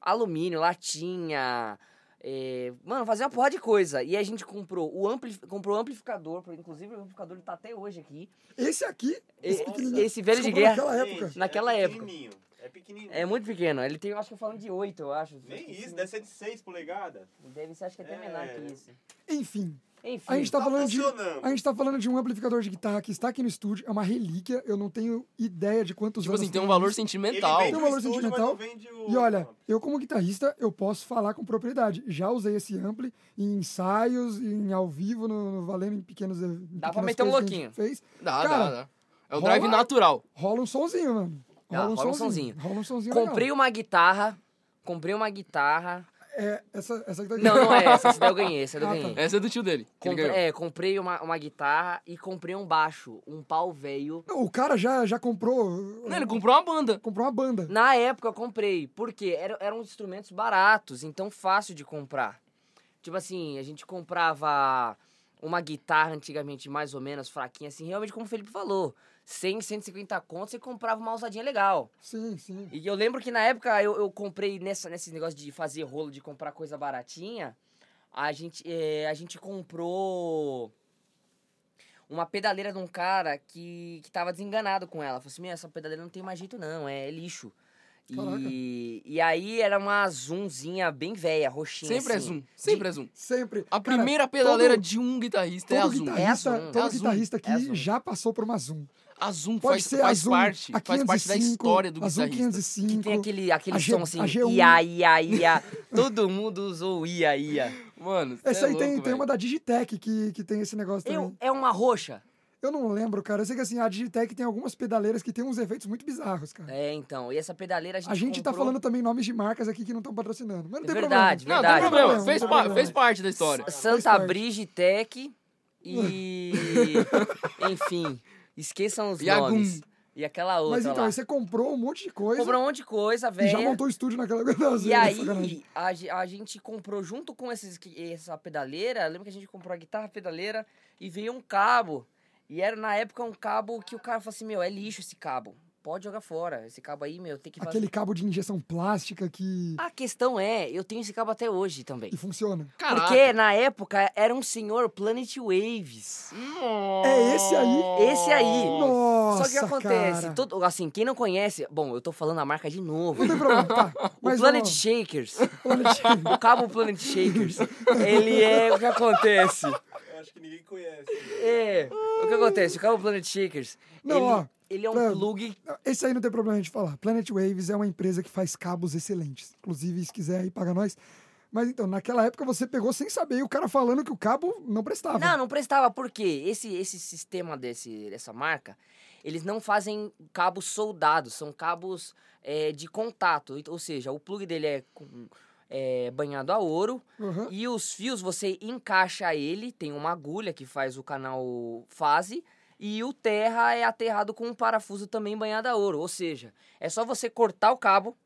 Speaker 4: alumínio, latinha, é, mano, fazia uma porra de coisa. E a gente comprou o ampli... comprou o amplificador, por- inclusive o amplificador ele tá até hoje aqui.
Speaker 1: Esse aqui, esse
Speaker 4: E-
Speaker 1: pequenininho.
Speaker 4: Esse velho de
Speaker 1: Desculpa,
Speaker 4: guerra
Speaker 1: Naquela época.
Speaker 3: Gente,
Speaker 4: naquela
Speaker 3: é
Speaker 4: época.
Speaker 3: pequenininho, É pequenininho.
Speaker 4: é muito pequeno, ele tem, eu acho que eu falando de 8, eu acho.
Speaker 3: Nem isso, deve ser de 6 polegadas.
Speaker 4: Deve ser, acho que até
Speaker 3: É.
Speaker 4: menor que isso.
Speaker 1: Enfim,
Speaker 4: Enfim.
Speaker 1: a gente tá,
Speaker 3: Tá
Speaker 1: falando de.
Speaker 3: funcionando.
Speaker 1: A gente tá falando de um amplificador de guitarra que está aqui no estúdio, é uma relíquia, eu não tenho ideia de quantos
Speaker 2: Tipo
Speaker 1: anos.
Speaker 2: assim, tem um valor
Speaker 1: isso.
Speaker 2: sentimental.
Speaker 1: Tem um valor
Speaker 3: estúdio, mas
Speaker 1: sentimental.
Speaker 3: não vende o-
Speaker 1: E olha, eu como guitarrista, eu posso falar com propriedade. Já usei esse ampli em ensaios, em ao vivo, no, no Valendo, em pequenos. em
Speaker 4: Dá pra
Speaker 1: pequenas
Speaker 4: meter um
Speaker 1: coisas que a gente
Speaker 4: louquinho.
Speaker 1: Fez.
Speaker 2: Dá,
Speaker 1: Cara,
Speaker 2: dá, dá. É o
Speaker 1: rola-
Speaker 2: drive natural.
Speaker 1: Rola um sonzinho, mano.
Speaker 4: Ah, rola um sonzinho.
Speaker 1: Rola um sonzinho.
Speaker 4: Comprei
Speaker 1: legal.
Speaker 4: uma guitarra, comprei uma guitarra.
Speaker 1: É, essa, essa guitarra.
Speaker 4: Não, não é essa, essa daí eu ganhei, essa daí eu
Speaker 1: Ah, tá.
Speaker 4: ganhei.
Speaker 2: Essa é do tio dele. que ele
Speaker 4: Compre-
Speaker 2: ganhou.
Speaker 4: é, comprei uma, uma guitarra e comprei um baixo, um pau velho.
Speaker 1: Não, o cara já, já comprou.
Speaker 2: Não, ele comprou uma banda.
Speaker 1: comprou uma banda.
Speaker 4: Na época eu comprei, porque eram, eram instrumentos baratos, então fácil de comprar. Tipo assim, a gente comprava uma guitarra antigamente mais ou menos fraquinha, assim, realmente como o Felipe falou. 100, 150 contos, você comprava uma ousadinha legal.
Speaker 1: Sim, sim.
Speaker 4: E eu lembro que na época eu, eu comprei nessa, nesse negócio de fazer rolo, de comprar coisa baratinha. A gente, eh, a gente comprou uma pedaleira de um cara que, que tava desenganado com ela. Falou assim: Meu, essa pedaleira não tem mais jeito, não, é lixo.
Speaker 1: Caraca.
Speaker 4: E, e aí era uma zoomzinha bem velha, roxinha.
Speaker 2: Sempre é
Speaker 4: assim.
Speaker 2: zoom. Sempre é zoom.
Speaker 1: Sempre.
Speaker 2: A
Speaker 1: Cara,
Speaker 2: primeira pedaleira
Speaker 1: todo-
Speaker 2: de um guitarrista é a
Speaker 1: Todo
Speaker 2: zoom.
Speaker 4: É
Speaker 1: guitarrista,
Speaker 4: azul,
Speaker 1: todo
Speaker 2: é azul,
Speaker 1: guitarrista
Speaker 4: é
Speaker 1: aqui
Speaker 4: azul.
Speaker 1: já passou por uma Zoom.
Speaker 2: A zoom
Speaker 1: Pode
Speaker 2: faz,
Speaker 1: ser
Speaker 2: faz
Speaker 1: a Zoom,
Speaker 2: parte,
Speaker 1: a 505,
Speaker 2: faz parte da história do
Speaker 1: a Zoom
Speaker 2: guitarrista.
Speaker 1: 505.
Speaker 4: Que tem aquele, aquele
Speaker 1: A G- um.
Speaker 4: som assim,
Speaker 1: a G1.
Speaker 4: ia, ia, ia. Todo mundo usou ia, ia.
Speaker 2: Mano, cê
Speaker 1: Essa
Speaker 2: é
Speaker 1: aí tem,
Speaker 2: louco,
Speaker 1: tem
Speaker 2: velho.
Speaker 1: uma da Digitec que, que tem esse negócio
Speaker 4: Eu,
Speaker 1: também.
Speaker 4: é uma roxa.
Speaker 1: Eu não lembro, cara. Eu sei que assim, a Digitec tem algumas pedaleiras que tem uns efeitos muito bizarros, cara.
Speaker 4: É, então. E essa pedaleira a gente
Speaker 1: A gente tá
Speaker 4: comprou-
Speaker 1: falando também nomes de marcas aqui que não estão patrocinando. Mas não
Speaker 4: É
Speaker 1: tem
Speaker 4: verdade,
Speaker 1: problema.
Speaker 2: Não, não tem problema.
Speaker 1: não
Speaker 2: Fez,
Speaker 1: tem
Speaker 2: pa-
Speaker 1: problema.
Speaker 2: fez parte da história.
Speaker 4: Santa Brigitec e... Enfim, esqueçam os
Speaker 2: E a
Speaker 4: nomes. E aquela outra
Speaker 1: Mas então,
Speaker 4: lá.
Speaker 1: aí você comprou um monte de coisa
Speaker 4: Comprou um monte de coisa,
Speaker 1: e já
Speaker 4: velho.
Speaker 1: montou o estúdio naquela Não,
Speaker 4: E
Speaker 1: zoeira, né? sacanagem.
Speaker 4: aí, a, ge- a gente comprou junto com esses, que- essa pedaleira. Lembra que a gente comprou a guitarra, a pedaleira e veio um cabo. E era na época um cabo que o cara falou assim: Meu, é lixo esse cabo. Pode jogar fora. Esse cabo aí, meu, tem que fazer.
Speaker 1: Aquele cabo de injeção plástica que...
Speaker 4: A questão é: eu tenho esse cabo até hoje também.
Speaker 1: E funciona.
Speaker 2: Caraca.
Speaker 4: Porque na época era um senhor Planet Waves.
Speaker 1: É esse aí?
Speaker 4: Esse aí.
Speaker 1: Nossa,
Speaker 4: Só que o que acontece,
Speaker 1: cara.
Speaker 4: todo, assim, quem não conhece, bom, eu tô falando a marca de novo.
Speaker 1: Não tem problema, tá.
Speaker 4: O
Speaker 1: Mas
Speaker 4: Planet
Speaker 1: vamos-
Speaker 4: Shakers,
Speaker 1: Planet-
Speaker 4: o cabo Planet Shakers, ele é o que acontece.
Speaker 3: Eu acho que ninguém conhece.
Speaker 4: É, o que acontece? O cabo Planet Shakers,
Speaker 1: Não,
Speaker 4: ele,
Speaker 1: ó,
Speaker 4: ele é um
Speaker 1: pra-
Speaker 4: plug...
Speaker 1: Esse aí não tem problema a gente falar. Planet Waves é uma empresa que faz cabos excelentes. Inclusive, se quiser aí, paga nós. Mas então, naquela época você pegou sem saber e o cara falando que o cabo não prestava.
Speaker 4: Não, não prestava, por quê? Esse, esse sistema desse, dessa marca, eles não fazem cabos soldados, são cabos é, de contato. Ou seja, o plug dele é, com- é banhado a ouro,
Speaker 1: Aham.
Speaker 4: E os fios você encaixa ele, tem uma agulha que faz o canal fase, e o terra é aterrado com um parafuso também banhado a ouro. Ou seja, é só você cortar o cabo,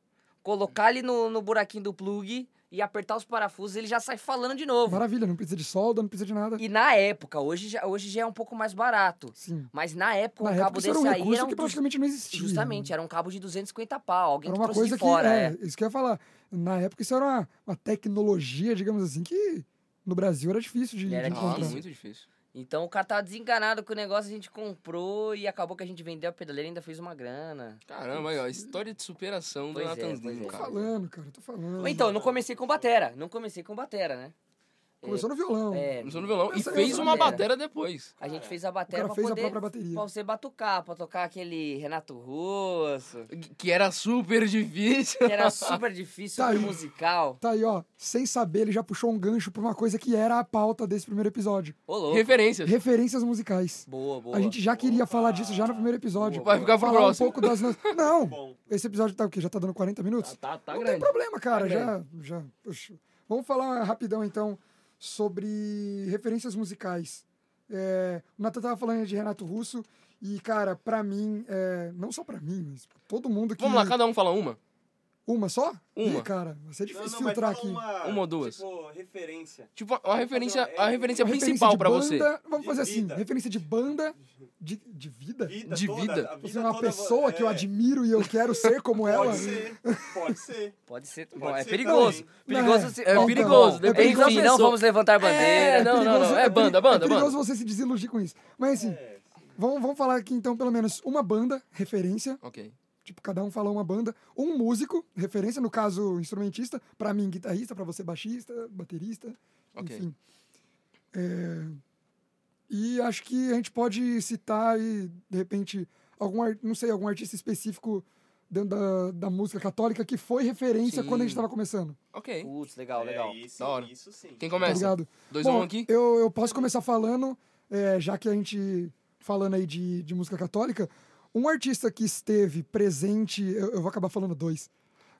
Speaker 4: colocar ele no, no buraquinho do plug e apertar os parafusos, ele já sai falando de novo.
Speaker 1: Maravilha, não precisa de solda, não precisa de nada.
Speaker 4: E na época, hoje já, hoje já é um pouco mais barato.
Speaker 1: Sim.
Speaker 4: Mas na época,
Speaker 1: Na
Speaker 4: um
Speaker 1: época
Speaker 4: cabo
Speaker 1: isso era um
Speaker 4: desse aí
Speaker 1: recurso
Speaker 4: era um.
Speaker 1: que
Speaker 4: dos-
Speaker 1: praticamente não existia. né?
Speaker 4: Justamente, era um cabo de 250 pau. Alguém
Speaker 1: Era
Speaker 4: que
Speaker 1: uma
Speaker 4: trouxe
Speaker 1: coisa
Speaker 4: de
Speaker 1: que.
Speaker 4: fora.
Speaker 1: é,
Speaker 4: é.
Speaker 1: Isso que eu ia falar. Na época isso era uma, uma tecnologia, digamos assim, que no Brasil era difícil de,
Speaker 4: Era
Speaker 1: de
Speaker 4: difícil.
Speaker 2: Nossa,
Speaker 1: encontrar.
Speaker 2: Ah, muito difícil.
Speaker 4: Então o cara tava desenganado com o negócio, a gente comprou e acabou que a gente vendeu a pedaleira e ainda fez uma grana.
Speaker 2: Caramba, aí, ó, história de superação do
Speaker 4: Pois é,
Speaker 2: Nathan
Speaker 4: pois
Speaker 2: Lima,
Speaker 4: é.
Speaker 1: Tô
Speaker 2: cara.
Speaker 1: falando, cara, tô falando.
Speaker 4: Ou Então, eu não comecei com batera. Não comecei com batera, né?
Speaker 1: Começou no violão.
Speaker 4: É,
Speaker 2: Começou no violão e
Speaker 1: Essa-
Speaker 2: fez
Speaker 1: essa
Speaker 2: uma
Speaker 4: batera.
Speaker 2: batera depois.
Speaker 4: a gente fez a
Speaker 1: o
Speaker 4: batera
Speaker 1: cara
Speaker 4: pra
Speaker 1: fez a
Speaker 4: poder...
Speaker 1: própria
Speaker 4: Pra
Speaker 1: bateria.
Speaker 4: você batucar, pra tocar aquele Renato Russo,
Speaker 2: Que- Que era super difícil.
Speaker 4: que era super difícil,
Speaker 1: Tá
Speaker 4: super
Speaker 1: aí.
Speaker 4: musical.
Speaker 1: Tá aí, ó. Sem saber, ele já puxou um gancho pra uma coisa que era a pauta desse primeiro episódio.
Speaker 4: Ô, louco.
Speaker 2: Referências.
Speaker 1: Referências musicais.
Speaker 4: Boa, boa.
Speaker 1: A gente já queria falar disso já no primeiro episódio.
Speaker 2: Vai ficar pro
Speaker 1: falar
Speaker 2: próximo.
Speaker 1: um pouco das... no- Não!
Speaker 3: Bom,
Speaker 1: Esse episódio tá o quê? Já tá dando 40 minutos?
Speaker 2: Tá, tá
Speaker 1: Não tem
Speaker 2: grande.
Speaker 1: problema, cara.
Speaker 2: Tá
Speaker 1: já, já. Oxe. Vamos falar rapidão, então, sobre referências musicais. É, o Nathan tava falando de Renato Russo. E, cara, pra mim, é, não só pra mim, mas pra todo mundo que.
Speaker 2: Vamos lá, cada um fala uma.
Speaker 1: Uma só?
Speaker 2: Uma.
Speaker 1: Ih, cara, vai ser
Speaker 3: não,
Speaker 1: difícil
Speaker 3: não, mas
Speaker 1: filtrar
Speaker 3: fala
Speaker 1: aqui.
Speaker 3: uma,
Speaker 2: Uma ou duas.
Speaker 3: Tipo, referência.
Speaker 2: Tipo, a referência,
Speaker 3: Não,
Speaker 2: a
Speaker 3: é-
Speaker 2: referência
Speaker 1: um, Uma referência
Speaker 2: principal
Speaker 1: de
Speaker 2: pra você.
Speaker 1: banda, Vamos
Speaker 3: De
Speaker 1: fazer assim:
Speaker 3: vida.
Speaker 1: referência de banda, de, de vida?
Speaker 3: Vida
Speaker 2: De
Speaker 3: toda,
Speaker 2: vida.
Speaker 3: a
Speaker 1: Você
Speaker 3: vida
Speaker 1: é uma
Speaker 3: toda,
Speaker 1: pessoa
Speaker 3: é,
Speaker 1: que eu admiro e eu quero ser como
Speaker 3: Pode
Speaker 1: ela.
Speaker 3: ser, pode ser.
Speaker 4: Pode ser.
Speaker 3: Pode
Speaker 4: bom, é
Speaker 3: ser
Speaker 4: perigoso.
Speaker 3: também.
Speaker 4: Perigoso
Speaker 1: É,
Speaker 4: se-
Speaker 2: É
Speaker 4: Bom,
Speaker 2: perigoso,
Speaker 4: bom.
Speaker 2: depende da
Speaker 4: Enfim, não
Speaker 2: pessoa.
Speaker 4: vamos levantar bandeira.
Speaker 2: É,
Speaker 4: não, não,
Speaker 1: perigoso-
Speaker 4: não. É
Speaker 1: peri-
Speaker 2: banda, banda,
Speaker 1: É
Speaker 2: banda.
Speaker 1: perigoso você se desiludir com isso. Mas assim,
Speaker 3: É,
Speaker 1: vamos, vamos falar aqui então, pelo menos, uma banda, referência.
Speaker 2: Ok.
Speaker 1: Tipo, cada um fala uma banda. Um músico, referência, no caso, instrumentista. Pra mim, guitarrista. Pra você, baixista, baterista.
Speaker 2: Ok.
Speaker 1: Enfim. É, E acho que a gente pode citar e, de repente, algum, ar- não sei, algum artista específico dentro da, da música católica que foi referência
Speaker 2: Sim.
Speaker 1: quando a gente tava começando.
Speaker 2: Ok.
Speaker 4: Putz, legal, legal.
Speaker 3: É, isso,
Speaker 2: Da hora.
Speaker 3: isso sim.
Speaker 2: Quem
Speaker 1: Tá
Speaker 2: começa?
Speaker 1: ligado?
Speaker 2: Dois
Speaker 1: Bom,
Speaker 2: um aqui?
Speaker 1: Eu, eu posso começar falando, é, já que a gente falando aí de, de música católica, um artista que esteve presente, eu, eu vou acabar falando dois.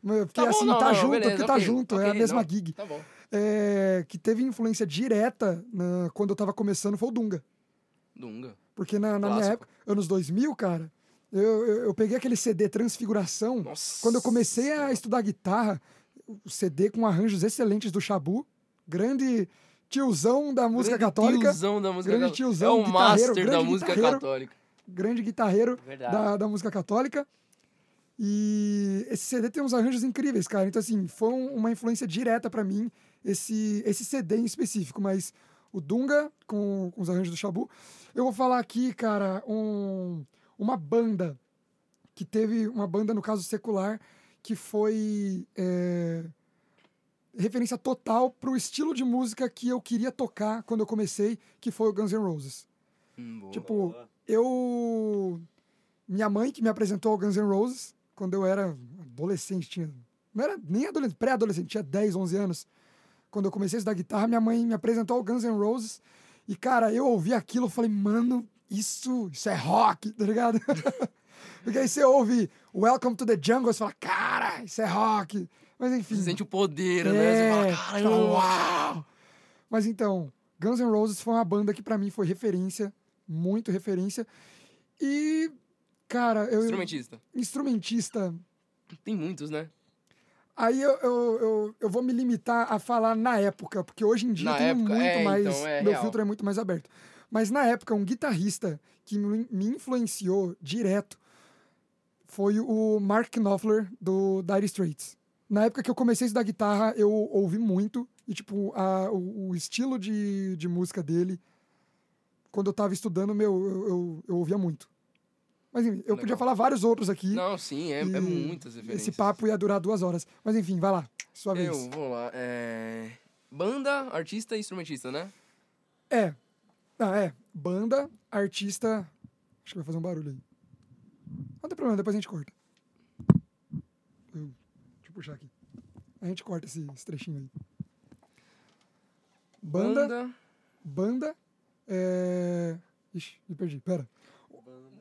Speaker 1: Mas- Porque
Speaker 2: Tá bom,
Speaker 1: assim,
Speaker 2: não,
Speaker 1: tá
Speaker 2: não,
Speaker 1: junto,
Speaker 2: beleza,
Speaker 1: porque tá
Speaker 2: ok,
Speaker 1: junto, é a
Speaker 2: ok,
Speaker 1: mesma
Speaker 2: não.
Speaker 1: gig.
Speaker 2: Tá bom.
Speaker 1: É, que teve influência direta na- quando eu tava começando foi o Dunga.
Speaker 2: Dunga.
Speaker 1: Porque na, na minha
Speaker 2: Clássico.
Speaker 1: época, anos 2000, cara, eu, eu, eu peguei aquele CD Transfiguração.
Speaker 2: Nossa.
Speaker 1: Quando eu comecei a estudar guitarra, o CD com arranjos excelentes do Chabu, grande tiozão da música
Speaker 2: Grande
Speaker 1: católica,
Speaker 2: tiozão da música
Speaker 1: grande
Speaker 2: católica.
Speaker 1: tiozão,
Speaker 2: É o master
Speaker 1: guitarreiro,
Speaker 2: da
Speaker 1: grande
Speaker 2: música
Speaker 1: guitarreiro.
Speaker 2: católica.
Speaker 1: grande guitarreiro
Speaker 4: Verdade.
Speaker 1: da, da música católica. E esse CD tem uns arranjos incríveis, cara. Então, assim, foi um- uma influência direta pra mim, esse, esse CD em específico. Mas o Dunga, com, com os arranjos do Shabu. Eu vou falar aqui, cara, um, uma banda que teve, uma banda, no caso, secular, que foi é, referência total pro estilo de música que eu queria tocar quando eu comecei, que foi o Guns N' Roses.
Speaker 2: Hum, boa.
Speaker 1: Tipo,
Speaker 3: Boa.
Speaker 1: Eu. Minha mãe que me apresentou ao Guns N' Roses quando eu era adolescente, tinha. Não era nem adolescente, pré-adolescente, tinha 10, 11 anos. Quando eu comecei a estudar guitarra, minha mãe me apresentou ao Guns N' Roses. E, cara, eu ouvi aquilo, eu falei, mano, isso, isso é rock, tá ligado? Porque aí você ouve Welcome to the Jungle, você fala, cara, isso é rock. Mas enfim.
Speaker 2: Você sente o poder,
Speaker 1: é,
Speaker 2: né? Você fala,
Speaker 1: você fala,
Speaker 2: caramba.
Speaker 1: uau! então." Mas então, Guns N' Roses foi uma banda que pra mim foi referência, muito referência. E, cara, eu.
Speaker 2: Instrumentista.
Speaker 1: Instrumentista.
Speaker 2: Tem muitos, né?
Speaker 1: Aí eu, eu, eu, eu vou me limitar a falar na época, porque hoje em dia
Speaker 2: Na
Speaker 1: tem
Speaker 2: época,
Speaker 1: muito
Speaker 2: é,
Speaker 1: mais.
Speaker 2: então, é
Speaker 1: meu
Speaker 2: real.
Speaker 1: filtro é muito mais aberto. Mas na época, um guitarrista que me me influenciou direto foi o Mark Knopfler do Dire Straits. Na época que eu comecei a estudar guitarra, eu ouvi muito. E, tipo, a, o, o estilo de, de música dele, quando eu tava estudando, meu, eu, eu, eu ouvia muito. Mas enfim, eu podia
Speaker 2: Legal.
Speaker 1: falar vários outros aqui.
Speaker 2: Não, sim, é, é
Speaker 1: E
Speaker 2: muitas referências.
Speaker 1: Esse papo ia durar duas horas. Mas enfim, vai lá. Sua vez.
Speaker 2: Eu, vou lá. É... Banda, artista e instrumentista, né?
Speaker 1: É. Ah, é. Banda, artista. Acho que vai fazer um barulho aí. Não tem problema, depois a gente corta. Eu- Deixa eu puxar aqui. A gente corta esse, esse trechinho aí. Banda, banda. é... Ixi, me perdi, pera.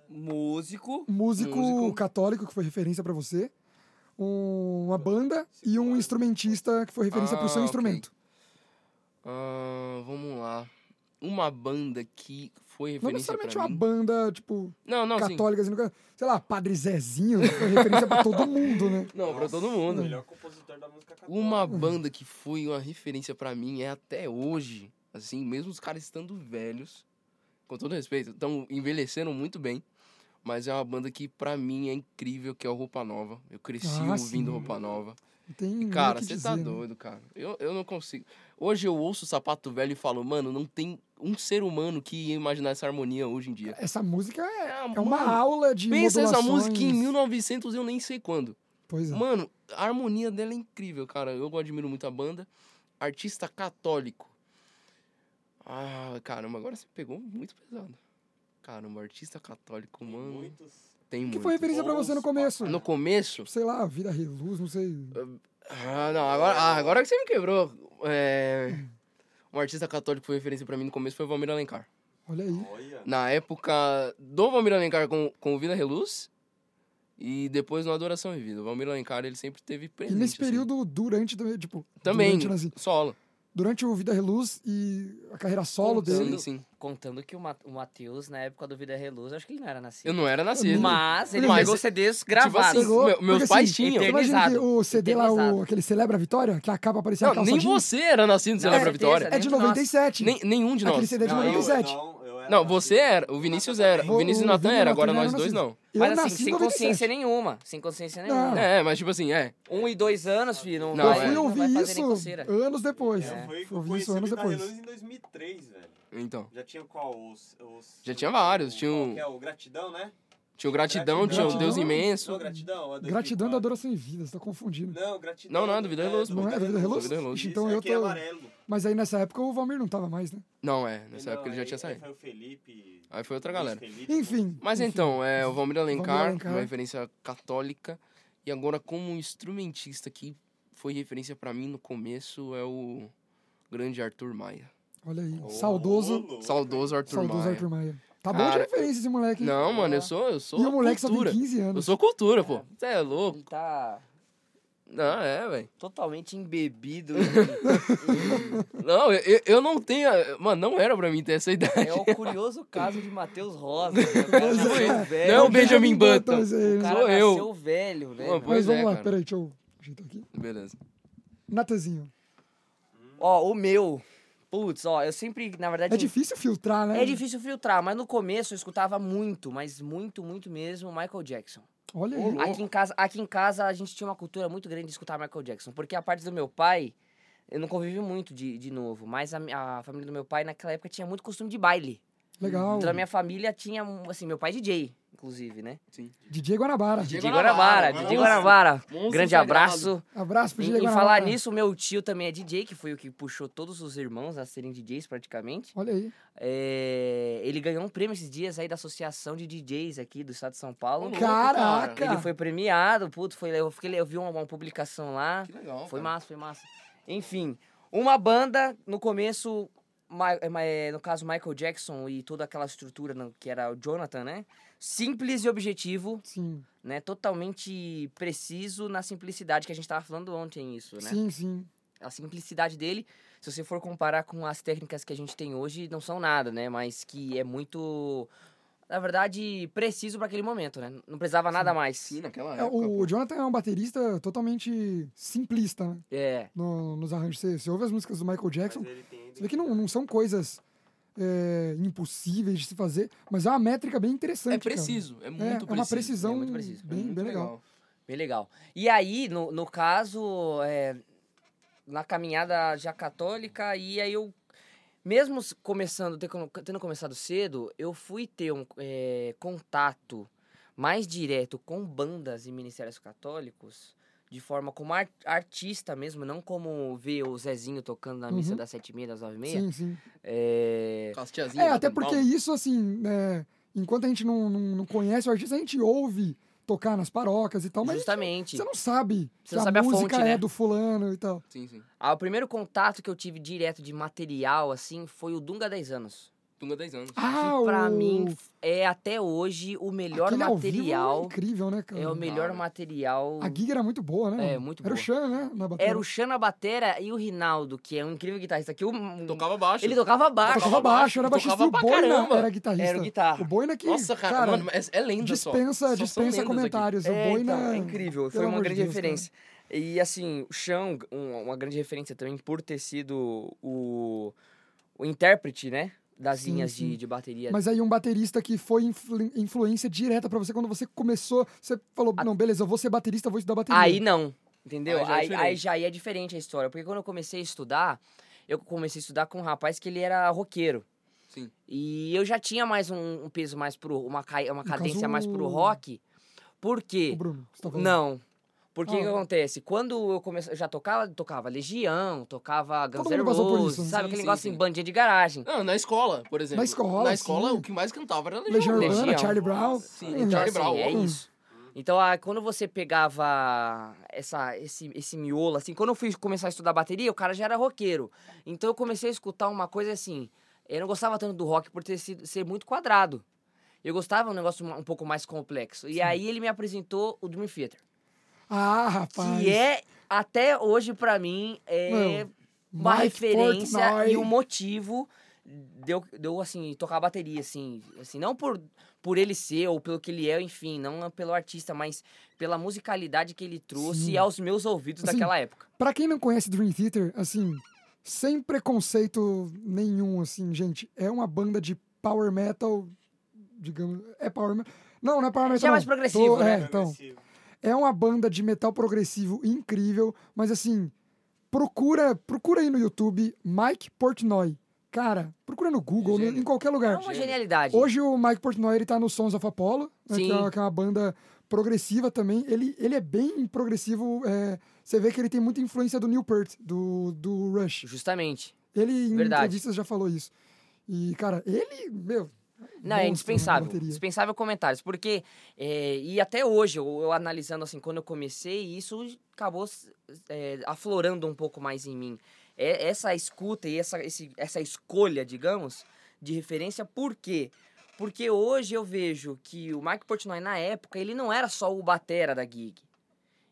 Speaker 4: Músico.
Speaker 1: Músico,
Speaker 2: Músico.
Speaker 1: católico, que foi referência pra você. Um- uma banda e um instrumentista, que foi referência pro
Speaker 2: Ah,
Speaker 1: seu
Speaker 2: ok.
Speaker 1: instrumento.
Speaker 2: Ah, vamos lá. Uma banda que foi
Speaker 1: Não
Speaker 2: referência
Speaker 1: necessariamente
Speaker 2: pra
Speaker 1: uma
Speaker 2: mim.
Speaker 1: banda, tipo,
Speaker 2: Não, assim não, sim.
Speaker 1: católicas, nunca- sei lá, Padre Zezinho, foi referência pra todo mundo, né?
Speaker 2: Não, pra
Speaker 3: Nossa,
Speaker 2: todo mundo.
Speaker 3: Melhor compositor da música católica.
Speaker 2: Uma banda que foi uma referência pra mim é até hoje, assim, mesmo os caras estando velhos, com todo respeito, estão envelhecendo muito bem, mas é uma banda que pra mim é incrível, que é o Roupa Nova. Eu cresci
Speaker 1: Ah,
Speaker 2: ouvindo
Speaker 1: sim.
Speaker 2: Roupa Nova.
Speaker 1: Não Tem nem o
Speaker 2: Cara,
Speaker 1: que
Speaker 2: você
Speaker 1: dizer,
Speaker 2: tá
Speaker 1: né?
Speaker 2: doido, cara. Eu, eu não consigo. Hoje eu ouço o Sapato Velho e falo, mano, não tem um ser humano que ia imaginar essa harmonia hoje em dia.
Speaker 1: Essa música é,
Speaker 2: Ah,
Speaker 1: é uma
Speaker 2: mano,
Speaker 1: aula de
Speaker 2: Pensa essa
Speaker 1: modulações.
Speaker 2: música em 1900 eu nem sei quando.
Speaker 1: Pois é.
Speaker 2: Mano, a harmonia dela é incrível, cara. Eu admiro muito a banda. Artista católico. Ah, caramba, agora você pegou muito pesado. Caramba, artista católico,
Speaker 3: Tem
Speaker 2: mano.
Speaker 3: muitos.
Speaker 2: Tem
Speaker 1: que
Speaker 2: muito.
Speaker 1: foi referência pra você no
Speaker 3: bons,
Speaker 1: começo?
Speaker 2: No começo.
Speaker 1: Sei lá, Vida Reluz, não sei.
Speaker 2: Ah, não, agora, ah, agora que você me quebrou. É... Um artista católico que foi referência pra mim no começo foi o Valmir Alencar.
Speaker 1: Olha aí.
Speaker 3: Olha.
Speaker 2: Na época do Valmir Alencar com, com o Vida Reluz. E depois no Adoração e Vida. O Valmir Alencar, ele sempre teve
Speaker 1: E
Speaker 2: presente.
Speaker 1: nesse
Speaker 2: assim.
Speaker 1: período, durante também, tipo.
Speaker 2: Também,
Speaker 1: Durante, assim,
Speaker 2: solo.
Speaker 1: durante o Vida Reluz e a carreira solo
Speaker 4: Contando.
Speaker 1: dele.
Speaker 2: Sim, sim.
Speaker 4: Contando que o, Ma- o Matheus, na época do Vida Reluz, acho que ele não era nascido.
Speaker 2: Eu não era nascido.
Speaker 4: Mas ele
Speaker 2: Mas-
Speaker 4: pegou CDs gravados.
Speaker 2: assim, meu- meus
Speaker 1: porque,
Speaker 2: pais
Speaker 1: assim,
Speaker 2: tinham.
Speaker 1: tu Imagina que o
Speaker 4: Eternizado.
Speaker 1: CD lá, o,
Speaker 4: Eternizado.
Speaker 1: aquele Celebra a Vitória, que acaba aparecendo
Speaker 2: Não, nem você era nascido no
Speaker 4: Não,
Speaker 2: Celebra a
Speaker 4: certeza,
Speaker 2: Vitória.
Speaker 1: É de
Speaker 4: nem de nós.
Speaker 1: 97.
Speaker 2: Nem, nenhum de
Speaker 1: Aquele
Speaker 2: nós.
Speaker 1: CD é de
Speaker 3: Não, eu-
Speaker 1: 97.
Speaker 3: não, eu era
Speaker 2: Não,
Speaker 3: nascido.
Speaker 2: você era, o Vinícius era.
Speaker 1: Vou-
Speaker 2: O Vinícius
Speaker 1: o
Speaker 2: e o Natan
Speaker 1: Vini e o
Speaker 2: era, agora
Speaker 1: Natan
Speaker 2: nós
Speaker 1: eram
Speaker 2: dois não.
Speaker 1: Eu
Speaker 4: Mas assim,
Speaker 1: nasci em
Speaker 4: sem
Speaker 1: 97.
Speaker 4: consciência nenhuma. Sem consciência
Speaker 1: Não.
Speaker 4: nenhuma.
Speaker 2: É, mas tipo assim, é.
Speaker 4: Um e dois anos, filho. Não,
Speaker 2: Não,
Speaker 1: eu
Speaker 4: vai,
Speaker 1: fui
Speaker 2: é.
Speaker 4: não vai
Speaker 1: ouvir
Speaker 4: fazer nem
Speaker 1: isso
Speaker 4: coceira.
Speaker 1: anos depois.
Speaker 4: É.
Speaker 3: Eu fui,
Speaker 1: Eu ouvi
Speaker 3: conheci
Speaker 1: isso
Speaker 3: o
Speaker 1: anos
Speaker 3: Vida
Speaker 1: depois.
Speaker 3: Reluz em 2003, velho.
Speaker 2: Então.
Speaker 3: Já tinha qual? Os, os-
Speaker 2: Já tinha vários,
Speaker 3: o-
Speaker 2: tinha um-
Speaker 3: qual que é o Gratidão, né?
Speaker 2: Tinha o gratidão, tinha o
Speaker 1: Gratidão.
Speaker 2: Deus imenso.
Speaker 3: Não, Gratidão. é
Speaker 1: Gratidão da
Speaker 3: 2004.
Speaker 1: Adoração em Vida, você tá confundindo.
Speaker 3: Não, Gratidão.
Speaker 2: Não, não, é do Vida Reluz,
Speaker 3: do
Speaker 1: não é do Vida Reluz?
Speaker 2: Vida Reluz.
Speaker 3: Isso,
Speaker 1: Então
Speaker 3: é
Speaker 1: eu
Speaker 3: aquele
Speaker 1: tô-
Speaker 3: amarelo.
Speaker 1: Mas aí nessa época o Valmir não tava mais, né?
Speaker 2: Não, é. Nessa
Speaker 3: Não,
Speaker 2: época ele já
Speaker 3: aí-
Speaker 2: tinha
Speaker 3: aí
Speaker 2: saído.
Speaker 3: Foi o Felipe.
Speaker 2: Aí foi outra
Speaker 3: Luiz
Speaker 2: galera.
Speaker 3: Felipe.
Speaker 1: Enfim.
Speaker 2: Mas
Speaker 1: enfim.
Speaker 2: então, é o Valmir
Speaker 1: Valmir
Speaker 2: Alencar,
Speaker 1: Alencar.
Speaker 2: uma referência católica. E agora, como um instrumentista que foi referência pra mim no começo, é o grande Arthur Maia.
Speaker 1: Olha aí.
Speaker 3: Ô,
Speaker 1: saudoso.
Speaker 3: louco.
Speaker 2: Saudoso Arthur
Speaker 1: Saudoso
Speaker 2: Maia.
Speaker 1: Arthur Maia. Tá bom de
Speaker 2: Cara,
Speaker 1: referência esse moleque. hein?
Speaker 2: Não, mano, eu sou, eu sou
Speaker 1: E o moleque
Speaker 2: cultura.
Speaker 1: só tem 15
Speaker 2: Eu
Speaker 1: anos.
Speaker 2: sou cultura, pô. Você é louco.
Speaker 4: Ele tá
Speaker 2: Não, é, velho.
Speaker 4: totalmente embebido. em-
Speaker 2: Não, eu, eu não tenho. a- Mano, não era pra mim ter essa
Speaker 4: em-
Speaker 2: idade.
Speaker 4: é o curioso caso de Matheus Rosa. né? O cara
Speaker 1: Pois é.
Speaker 4: nasceu velho.
Speaker 2: Não é o Benjamin Button.
Speaker 1: mas é
Speaker 4: O
Speaker 1: ele.
Speaker 4: cara
Speaker 2: sou eu.
Speaker 4: nasceu velho,
Speaker 2: Uma
Speaker 4: né? meu?
Speaker 1: Mas
Speaker 2: Pois
Speaker 1: vamos
Speaker 2: é,
Speaker 1: lá,
Speaker 2: cara.
Speaker 1: peraí, deixa eu ajeitar aqui.
Speaker 2: Beleza.
Speaker 1: Natanzinho.
Speaker 4: Ó, o meu. Putz, ó, eu sempre, na verdade.
Speaker 1: É difícil filtrar, né?
Speaker 4: é difícil filtrar, mas no começo eu escutava muito, mas muito, muito mesmo, Michael Jackson.
Speaker 1: Olha aí.
Speaker 2: Ô, louco.
Speaker 4: Aqui em, casa, aqui em casa a gente tinha uma cultura muito grande de escutar Michael Jackson, porque a parte do meu pai, eu não convivi muito de, de novo, mas a, mi- a família do meu pai naquela época tinha muito costume de baile.
Speaker 1: Legal.
Speaker 4: Então a minha família tinha, um- assim, meu pai é DJ, inclusive, né?
Speaker 1: DJ Guanabara.
Speaker 2: DJ
Speaker 4: DJ
Speaker 2: Guanabara,
Speaker 4: Guanabara, DJ
Speaker 2: monstro.
Speaker 4: Guanabara.
Speaker 2: Monstro
Speaker 4: Grande
Speaker 2: sagrado.
Speaker 4: abraço.
Speaker 1: Abraço pro
Speaker 4: Em,
Speaker 1: DJ
Speaker 4: em
Speaker 1: Guanabara.
Speaker 4: falar nisso, meu tio também é DJ, que foi o que puxou todos os irmãos a serem DJs praticamente.
Speaker 1: Olha aí.
Speaker 4: É, ele ganhou um prêmio esses dias aí da Associação de DJs aqui do estado de São Paulo.
Speaker 2: louco,
Speaker 1: Caraca.
Speaker 2: cara.
Speaker 4: Ele foi premiado, puto, foi, eu, fiquei, eu vi uma, uma publicação lá.
Speaker 2: Que legal.
Speaker 4: Foi
Speaker 2: cara.
Speaker 4: massa, foi massa. Enfim, uma banda, no começo, Ma- é, ma- é, no caso Michael Jackson e toda aquela estrutura no- que era o Jonathan, né? Simples e objetivo,
Speaker 1: Sim,
Speaker 4: né? Totalmente preciso na simplicidade que a gente tava falando ontem isso, né?
Speaker 1: sim, sim.
Speaker 4: A simplicidade dele, se você for comparar com as técnicas que a gente tem hoje, não são nada, né? Mas que é muito na verdade preciso para aquele momento, né? Não precisava nada mais.
Speaker 2: Sim, naquela
Speaker 1: É,
Speaker 2: época.
Speaker 1: o,
Speaker 2: pô.
Speaker 1: Jonathan é um baterista totalmente simplista né?
Speaker 4: É.
Speaker 1: no- nos arranjos. Você, você ouve as músicas do Michael Jackson,
Speaker 3: Mas ele tem-
Speaker 1: você vê que não, não são coisas é, impossíveis de se fazer, mas é uma métrica bem interessante.
Speaker 2: É
Speaker 1: cara.
Speaker 2: preciso, é muito
Speaker 1: É,
Speaker 2: preciso.
Speaker 1: é uma precisão
Speaker 4: é muito preciso, é
Speaker 1: bem, bem legal.
Speaker 4: Bem legal. E aí, no, no caso, é, na caminhada já católica, e aí eu, mesmo s- começando, tendo, tendo começado cedo, eu fui ter um é, contato mais direto com bandas e ministérios católicos, de forma como ar- artista mesmo, não como ver o Zezinho tocando na missa
Speaker 1: Uhum.
Speaker 4: das sete e meia, das nove e meia.
Speaker 1: Sim, sim.
Speaker 4: É,
Speaker 2: Com as tiazinhas
Speaker 1: É, até
Speaker 2: batendo
Speaker 1: porque
Speaker 2: palma.
Speaker 1: isso, assim, é, enquanto a gente não, não, não conhece o artista, a gente ouve tocar nas parocas e tal, mas
Speaker 4: justamente.
Speaker 1: você não sabe
Speaker 4: Você não
Speaker 1: se
Speaker 4: sabe a
Speaker 1: a música
Speaker 4: fonte,
Speaker 1: é
Speaker 4: né?
Speaker 1: do fulano e tal.
Speaker 2: Sim, sim.
Speaker 4: Ah, o primeiro contato que eu tive direto de material, assim, foi o Dunga 10 anos.
Speaker 2: Tunga 10 anos.
Speaker 1: Ah,
Speaker 4: que pra
Speaker 1: o...
Speaker 4: mim é até hoje o melhor
Speaker 1: aquele ao vivo é
Speaker 4: material.
Speaker 1: incrível, né, cara?
Speaker 4: É o melhor
Speaker 2: Cara.
Speaker 4: material.
Speaker 1: A gig era muito boa, né?
Speaker 4: tipo É,
Speaker 1: mano?
Speaker 4: muito
Speaker 1: Era o
Speaker 4: boa.
Speaker 1: Xan, né? Na bateria.
Speaker 4: Era o Xana Batera e o Rinaldo, que é um incrível guitarrista. Que o...
Speaker 2: Tocava baixo.
Speaker 4: Ele tocava baixo.
Speaker 1: Tocava baixo, era
Speaker 2: Ele tocava
Speaker 1: baixista e o
Speaker 2: pra
Speaker 1: Boina
Speaker 2: caramba.
Speaker 1: era guitarrista.
Speaker 4: Era o guitarra.
Speaker 1: O Boina que,
Speaker 2: Nossa, cara, mano, mas é lenda
Speaker 1: dispensa,
Speaker 2: só. Só são lendas
Speaker 1: dispensa
Speaker 2: aqui.
Speaker 1: comentários.
Speaker 4: É,
Speaker 1: o Boina...
Speaker 4: então, é incrível. Foi
Speaker 1: pelo
Speaker 4: uma
Speaker 1: amor de
Speaker 4: grande
Speaker 1: Deus, cara.
Speaker 4: referência. E assim, o Xan, um- uma grande referência também por ter sido o, o intérprete, né? Das
Speaker 1: Sim,
Speaker 4: linhas
Speaker 1: sim.
Speaker 4: De, de bateria.
Speaker 1: Mas aí um baterista que foi influ- influência direta pra você quando você começou, você falou, não, beleza, eu vou ser baterista, eu vou estudar bateria.
Speaker 4: Aí não, entendeu?
Speaker 2: Aí já é
Speaker 4: Aí aí já,
Speaker 2: diferente.
Speaker 4: aí é diferente a história. Porque quando eu comecei a estudar, eu comecei a estudar com um rapaz que ele era roqueiro.
Speaker 2: Sim.
Speaker 4: E eu já tinha mais um, um peso mais pro. uma, ca-
Speaker 1: No
Speaker 4: uma cadência
Speaker 1: caso,
Speaker 4: mais pro
Speaker 1: o-
Speaker 4: rock. Por
Speaker 1: O
Speaker 4: quê?
Speaker 1: Bruno, você tá falando.
Speaker 4: Não. Porque o que
Speaker 1: Ah.
Speaker 4: acontece? Quando eu comecei, eu já tocava, tocava Legião, tocava Guns
Speaker 1: Todo
Speaker 4: N'
Speaker 1: mundo passou por
Speaker 4: Roses,
Speaker 1: isso, né?
Speaker 4: sabe
Speaker 2: Sim,
Speaker 4: aquele
Speaker 2: sim,
Speaker 4: negócio
Speaker 2: sim.
Speaker 4: em bandinha de garagem.
Speaker 2: Não, na escola, por exemplo.
Speaker 1: Na escola,
Speaker 2: Na escola,
Speaker 1: sim.
Speaker 2: o que mais cantava era
Speaker 1: Legião
Speaker 2: Legião.
Speaker 1: Urbana,
Speaker 4: Legião.
Speaker 1: Charlie Brown.
Speaker 2: Sim,
Speaker 1: Hum.
Speaker 2: Charlie
Speaker 4: Então, assim,
Speaker 2: Brown.
Speaker 4: é
Speaker 2: Hum.
Speaker 4: isso. Então, ah, quando você pegava essa, esse, esse miolo, assim, quando eu fui começar a estudar bateria, o cara já era roqueiro. Então, eu comecei a escutar uma coisa assim. Eu não gostava tanto do rock por ter sido, ser muito quadrado. Eu gostava de um negócio um pouco mais complexo. E aí, ele me apresentou o Dream Theater.
Speaker 1: Ah, rapaz.
Speaker 4: Que é, até hoje, pra mim, é
Speaker 1: Mano,
Speaker 4: uma
Speaker 1: Mike
Speaker 4: referência
Speaker 1: Portnoy.
Speaker 4: e um motivo deu deu assim tocar a bateria assim assim não por por ele ser ou pelo que ele é enfim não é pelo artista mas pela musicalidade que ele trouxe
Speaker 1: Sim.
Speaker 4: aos meus ouvidos
Speaker 1: Assim,
Speaker 4: daquela época
Speaker 1: Pra quem não conhece Dream Theater, assim, sem preconceito nenhum, assim, gente, é uma banda de power metal, digamos, é power metal. Não, não é power metal.
Speaker 4: Já é mais
Speaker 1: não. Tô-
Speaker 4: progressivo, né?
Speaker 1: É, então.
Speaker 3: Progressivo.
Speaker 1: É uma banda de metal progressivo incrível, mas assim, procura, procura aí no YouTube Mike Portnoy. Cara, procura no Google, no-
Speaker 2: Gênio.
Speaker 1: em qualquer
Speaker 4: é
Speaker 1: lugar.
Speaker 4: uma genialidade
Speaker 1: Hoje o Mike Portnoy ele tá no Sons of Apollo, né, que, é
Speaker 4: Sim.
Speaker 1: uma, que é uma banda progressiva também. Ele, ele é bem progressivo. é, você vê que ele tem muita influência do Neil Peart, do, do Rush.
Speaker 4: justamente
Speaker 1: Ele em
Speaker 4: Verdade.
Speaker 1: entrevistas já falou isso. E, cara, ele, meu.
Speaker 4: Não,
Speaker 1: monstro
Speaker 4: é
Speaker 1: na
Speaker 4: indispensável.
Speaker 1: bateria.
Speaker 4: Indispensável comentários. Porque, é, e até hoje, eu, eu analisando assim, quando eu comecei, isso acabou é, aflorando um pouco mais em mim. É, essa escuta e essa, esse- essa escolha, digamos, de referência, por quê? Porque hoje eu vejo que o Mike Portnoy, na época, ele não era só o batera da gig.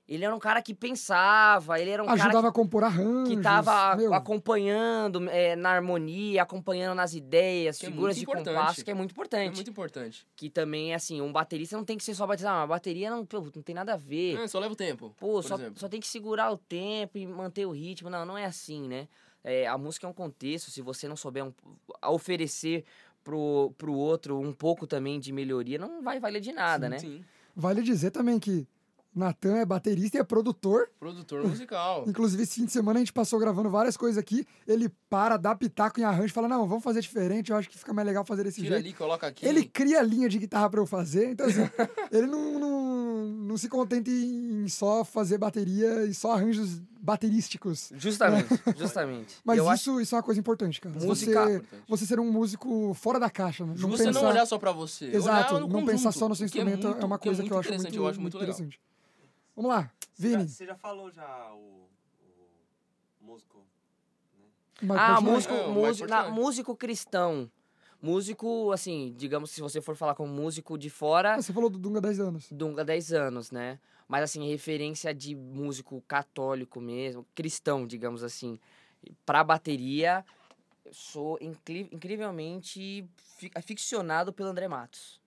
Speaker 4: Ele era um cara que pensava, ele era um cara que
Speaker 1: ajudava a compor arranjos.
Speaker 4: que tava
Speaker 1: meu,
Speaker 4: acompanhando eh, na harmonia, acompanhando nas ideias,
Speaker 2: Que é
Speaker 4: figuras
Speaker 2: muito
Speaker 4: de
Speaker 2: importante.
Speaker 4: compasso, que é muito
Speaker 2: É
Speaker 4: importante.
Speaker 2: muito importante.
Speaker 4: Que também, assim, um baterista não tem que ser só batizado, uma bateria não, pô, não tem nada a ver.
Speaker 2: É, só leva o tempo.
Speaker 4: Pô,
Speaker 2: por
Speaker 4: só,
Speaker 2: exemplo.
Speaker 4: só tem que segurar o tempo e manter o ritmo. Não, não é assim, né? É, a música é um contexto, se você não souber um- a oferecer pro, pro outro um pouco também de melhoria, não vai valer de nada, né?
Speaker 2: Sim.
Speaker 1: Vale dizer também que Natan é baterista e é produtor.
Speaker 2: Produtor musical.
Speaker 1: Inclusive, esse fim de semana a gente passou gravando várias coisas aqui. Ele para, dá pitaco em arranjo, fala: Não, vamos fazer diferente, eu acho que fica mais legal fazer desse
Speaker 2: Tira
Speaker 1: jeito.
Speaker 2: ali, coloca aqui.
Speaker 1: Ele cria a linha de guitarra pra eu fazer, então assim, ele não, não, não se contenta em só fazer bateria e só arranjos baterísticos.
Speaker 4: Justamente, justamente.
Speaker 1: Mas
Speaker 4: Eu acho
Speaker 1: isso, isso é uma coisa importante, cara.
Speaker 2: Música é
Speaker 1: Você,
Speaker 2: importante.
Speaker 1: você ser um músico fora da caixa, né? Não
Speaker 2: você
Speaker 1: pensar...
Speaker 2: não olhar só pra você.
Speaker 1: Exato,
Speaker 2: olhar no
Speaker 1: não pensar
Speaker 2: conjunto,
Speaker 1: só no seu
Speaker 2: o que é
Speaker 1: instrumento é,
Speaker 2: muito-
Speaker 1: uma
Speaker 2: que é
Speaker 1: coisa que, eu acho
Speaker 2: interessante,
Speaker 1: muito,
Speaker 2: eu acho muito legal.
Speaker 1: interessante. Vamos lá,
Speaker 3: Você já-
Speaker 1: Vini.
Speaker 3: Você já falou já o, o músico
Speaker 1: Mas
Speaker 4: ah,
Speaker 1: continua.
Speaker 4: músico,
Speaker 2: É, o mais
Speaker 4: músico, na-
Speaker 2: importante.
Speaker 4: músico cristão. Músico, assim, digamos, se você for falar com músico de fora,
Speaker 1: Ah, Você falou do Dunga 10 anos.
Speaker 4: Dunga 10 anos, né? Mas, assim, referência de músico católico mesmo, cristão, digamos assim, pra bateria, eu sou incri- incrivelmente fi- aficionado pelo André Matos.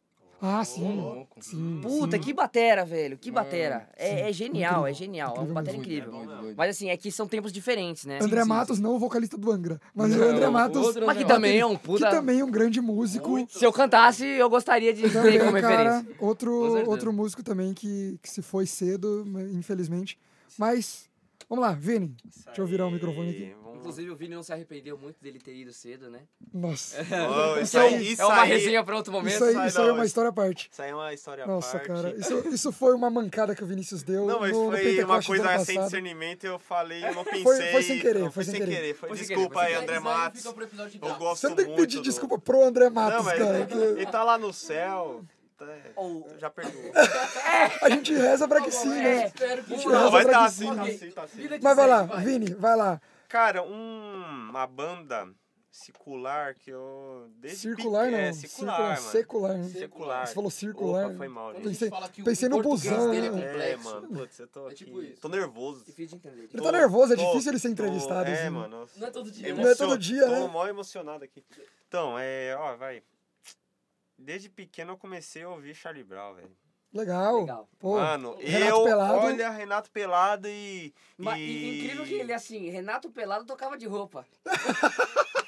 Speaker 1: Ah, sim.
Speaker 2: louco.
Speaker 1: Sim.
Speaker 4: Puta,
Speaker 1: sim.
Speaker 4: que batera, velho. Que
Speaker 2: Mano,
Speaker 4: batera.
Speaker 1: sim.
Speaker 4: É, é genial, é
Speaker 1: Incrível.
Speaker 4: genial. É um
Speaker 1: Incrível
Speaker 4: batera
Speaker 1: mesmo. né?
Speaker 4: incrível.
Speaker 2: Muito doido.
Speaker 4: Mas assim, é que são tempos diferentes, né?
Speaker 1: André
Speaker 2: sim,
Speaker 1: Matos, não o vocalista do Angra, mas
Speaker 2: Não,
Speaker 1: o André
Speaker 2: o
Speaker 1: Matos,
Speaker 2: outro
Speaker 4: Mas que
Speaker 2: André
Speaker 4: também é um
Speaker 1: que
Speaker 4: puta.
Speaker 1: também é um grande músico.
Speaker 3: Muito.
Speaker 4: Se eu cantasse, eu gostaria de ter
Speaker 1: Também,
Speaker 4: como
Speaker 1: um cara,
Speaker 4: referência.
Speaker 1: outro,
Speaker 2: Com certeza.
Speaker 1: outro músico também que, que se foi cedo, infelizmente. Mas, vamos lá, Vini. Deixa eu virar o microfone aqui.
Speaker 4: Inclusive, o Vini não se arrependeu muito dele ter ido cedo, né?
Speaker 1: Nossa,
Speaker 3: Oh, isso,
Speaker 1: É
Speaker 3: aí,
Speaker 1: um-
Speaker 3: isso
Speaker 4: é uma
Speaker 3: aí,
Speaker 4: resenha pra outro momento.
Speaker 1: isso aí,
Speaker 3: sai
Speaker 1: isso aí é
Speaker 3: da
Speaker 1: uma
Speaker 3: onde?
Speaker 1: história à parte.
Speaker 3: Isso aí é uma história à
Speaker 1: Nossa,
Speaker 3: parte.
Speaker 1: cara, isso, isso foi uma mancada que o Vinícius deu
Speaker 3: Não, mas
Speaker 1: no, no
Speaker 3: foi uma
Speaker 1: Pentecoste do ano
Speaker 3: coisa sem
Speaker 1: passado.
Speaker 3: discernimento, eu falei, eu não pensei.
Speaker 1: foi sem querer,
Speaker 3: não,
Speaker 1: foi sem querer.
Speaker 3: Foi,
Speaker 4: Foi sem querer,
Speaker 3: desculpa
Speaker 4: foi
Speaker 3: aí,
Speaker 4: sem
Speaker 3: André
Speaker 4: querer. Mas aí
Speaker 3: Matos.
Speaker 4: fica pro episódio de
Speaker 3: Eu
Speaker 4: Drax.
Speaker 3: gosto
Speaker 1: Você não tem que
Speaker 3: muito
Speaker 1: pedir
Speaker 3: do-
Speaker 1: desculpa pro André
Speaker 3: Não,
Speaker 1: Matos,
Speaker 3: mas
Speaker 1: cara. que
Speaker 3: ele tá lá no céu. tá-
Speaker 4: Ou-
Speaker 3: Já perdoou.
Speaker 1: A gente reza pra que sim,
Speaker 4: É,
Speaker 1: né?
Speaker 4: espero que né?
Speaker 1: Vamos
Speaker 4: não.
Speaker 1: lá,
Speaker 3: Não, vai
Speaker 1: pra
Speaker 3: tá
Speaker 1: que
Speaker 3: assim,
Speaker 1: sim.
Speaker 3: tá assim, tá assim.
Speaker 4: Vida que
Speaker 1: Mas vai lá,
Speaker 4: segue, vai.
Speaker 1: Vini, vai lá.
Speaker 3: Cara, um- uma banda secular que eu. Desde
Speaker 1: Circular
Speaker 3: pequeno-
Speaker 1: não.
Speaker 3: É, secular, mano.
Speaker 1: Secular, né?
Speaker 3: Secular.
Speaker 1: Você falou circular. né?
Speaker 3: Opa, foi mal,
Speaker 2: Quando a
Speaker 3: gente.
Speaker 2: gente
Speaker 1: Pensei-
Speaker 2: fala que o
Speaker 1: pensei no
Speaker 2: português
Speaker 1: busão,
Speaker 2: dele é
Speaker 1: né?
Speaker 3: É,
Speaker 2: complexo.
Speaker 3: mano, putz, eu tô
Speaker 2: É
Speaker 3: aqui.
Speaker 2: tipo isso.
Speaker 3: Tô nervoso.
Speaker 4: Difícil de entender.
Speaker 1: Ele
Speaker 3: Tô-
Speaker 1: tá nervoso, é
Speaker 3: tô-
Speaker 1: difícil ele ser
Speaker 3: tô-
Speaker 1: entrevistado,
Speaker 3: É,
Speaker 1: assim.
Speaker 3: mano.
Speaker 4: Não é todo dia.
Speaker 1: Não é todo
Speaker 3: emocio-
Speaker 1: dia,
Speaker 3: Tô
Speaker 1: né?
Speaker 3: mal emocionado aqui. Então, é, ó, vai. Desde pequeno eu comecei a ouvir Charlie Brown, velho.
Speaker 1: Legal.
Speaker 4: Legal.
Speaker 1: Pô,
Speaker 3: Mano,
Speaker 1: Renato
Speaker 3: eu,
Speaker 1: Pelado.
Speaker 3: olha, Renato Pelado e...
Speaker 4: Mas,
Speaker 3: e-
Speaker 4: e incrível que ele, assim, Renato Pelado tocava de roupa.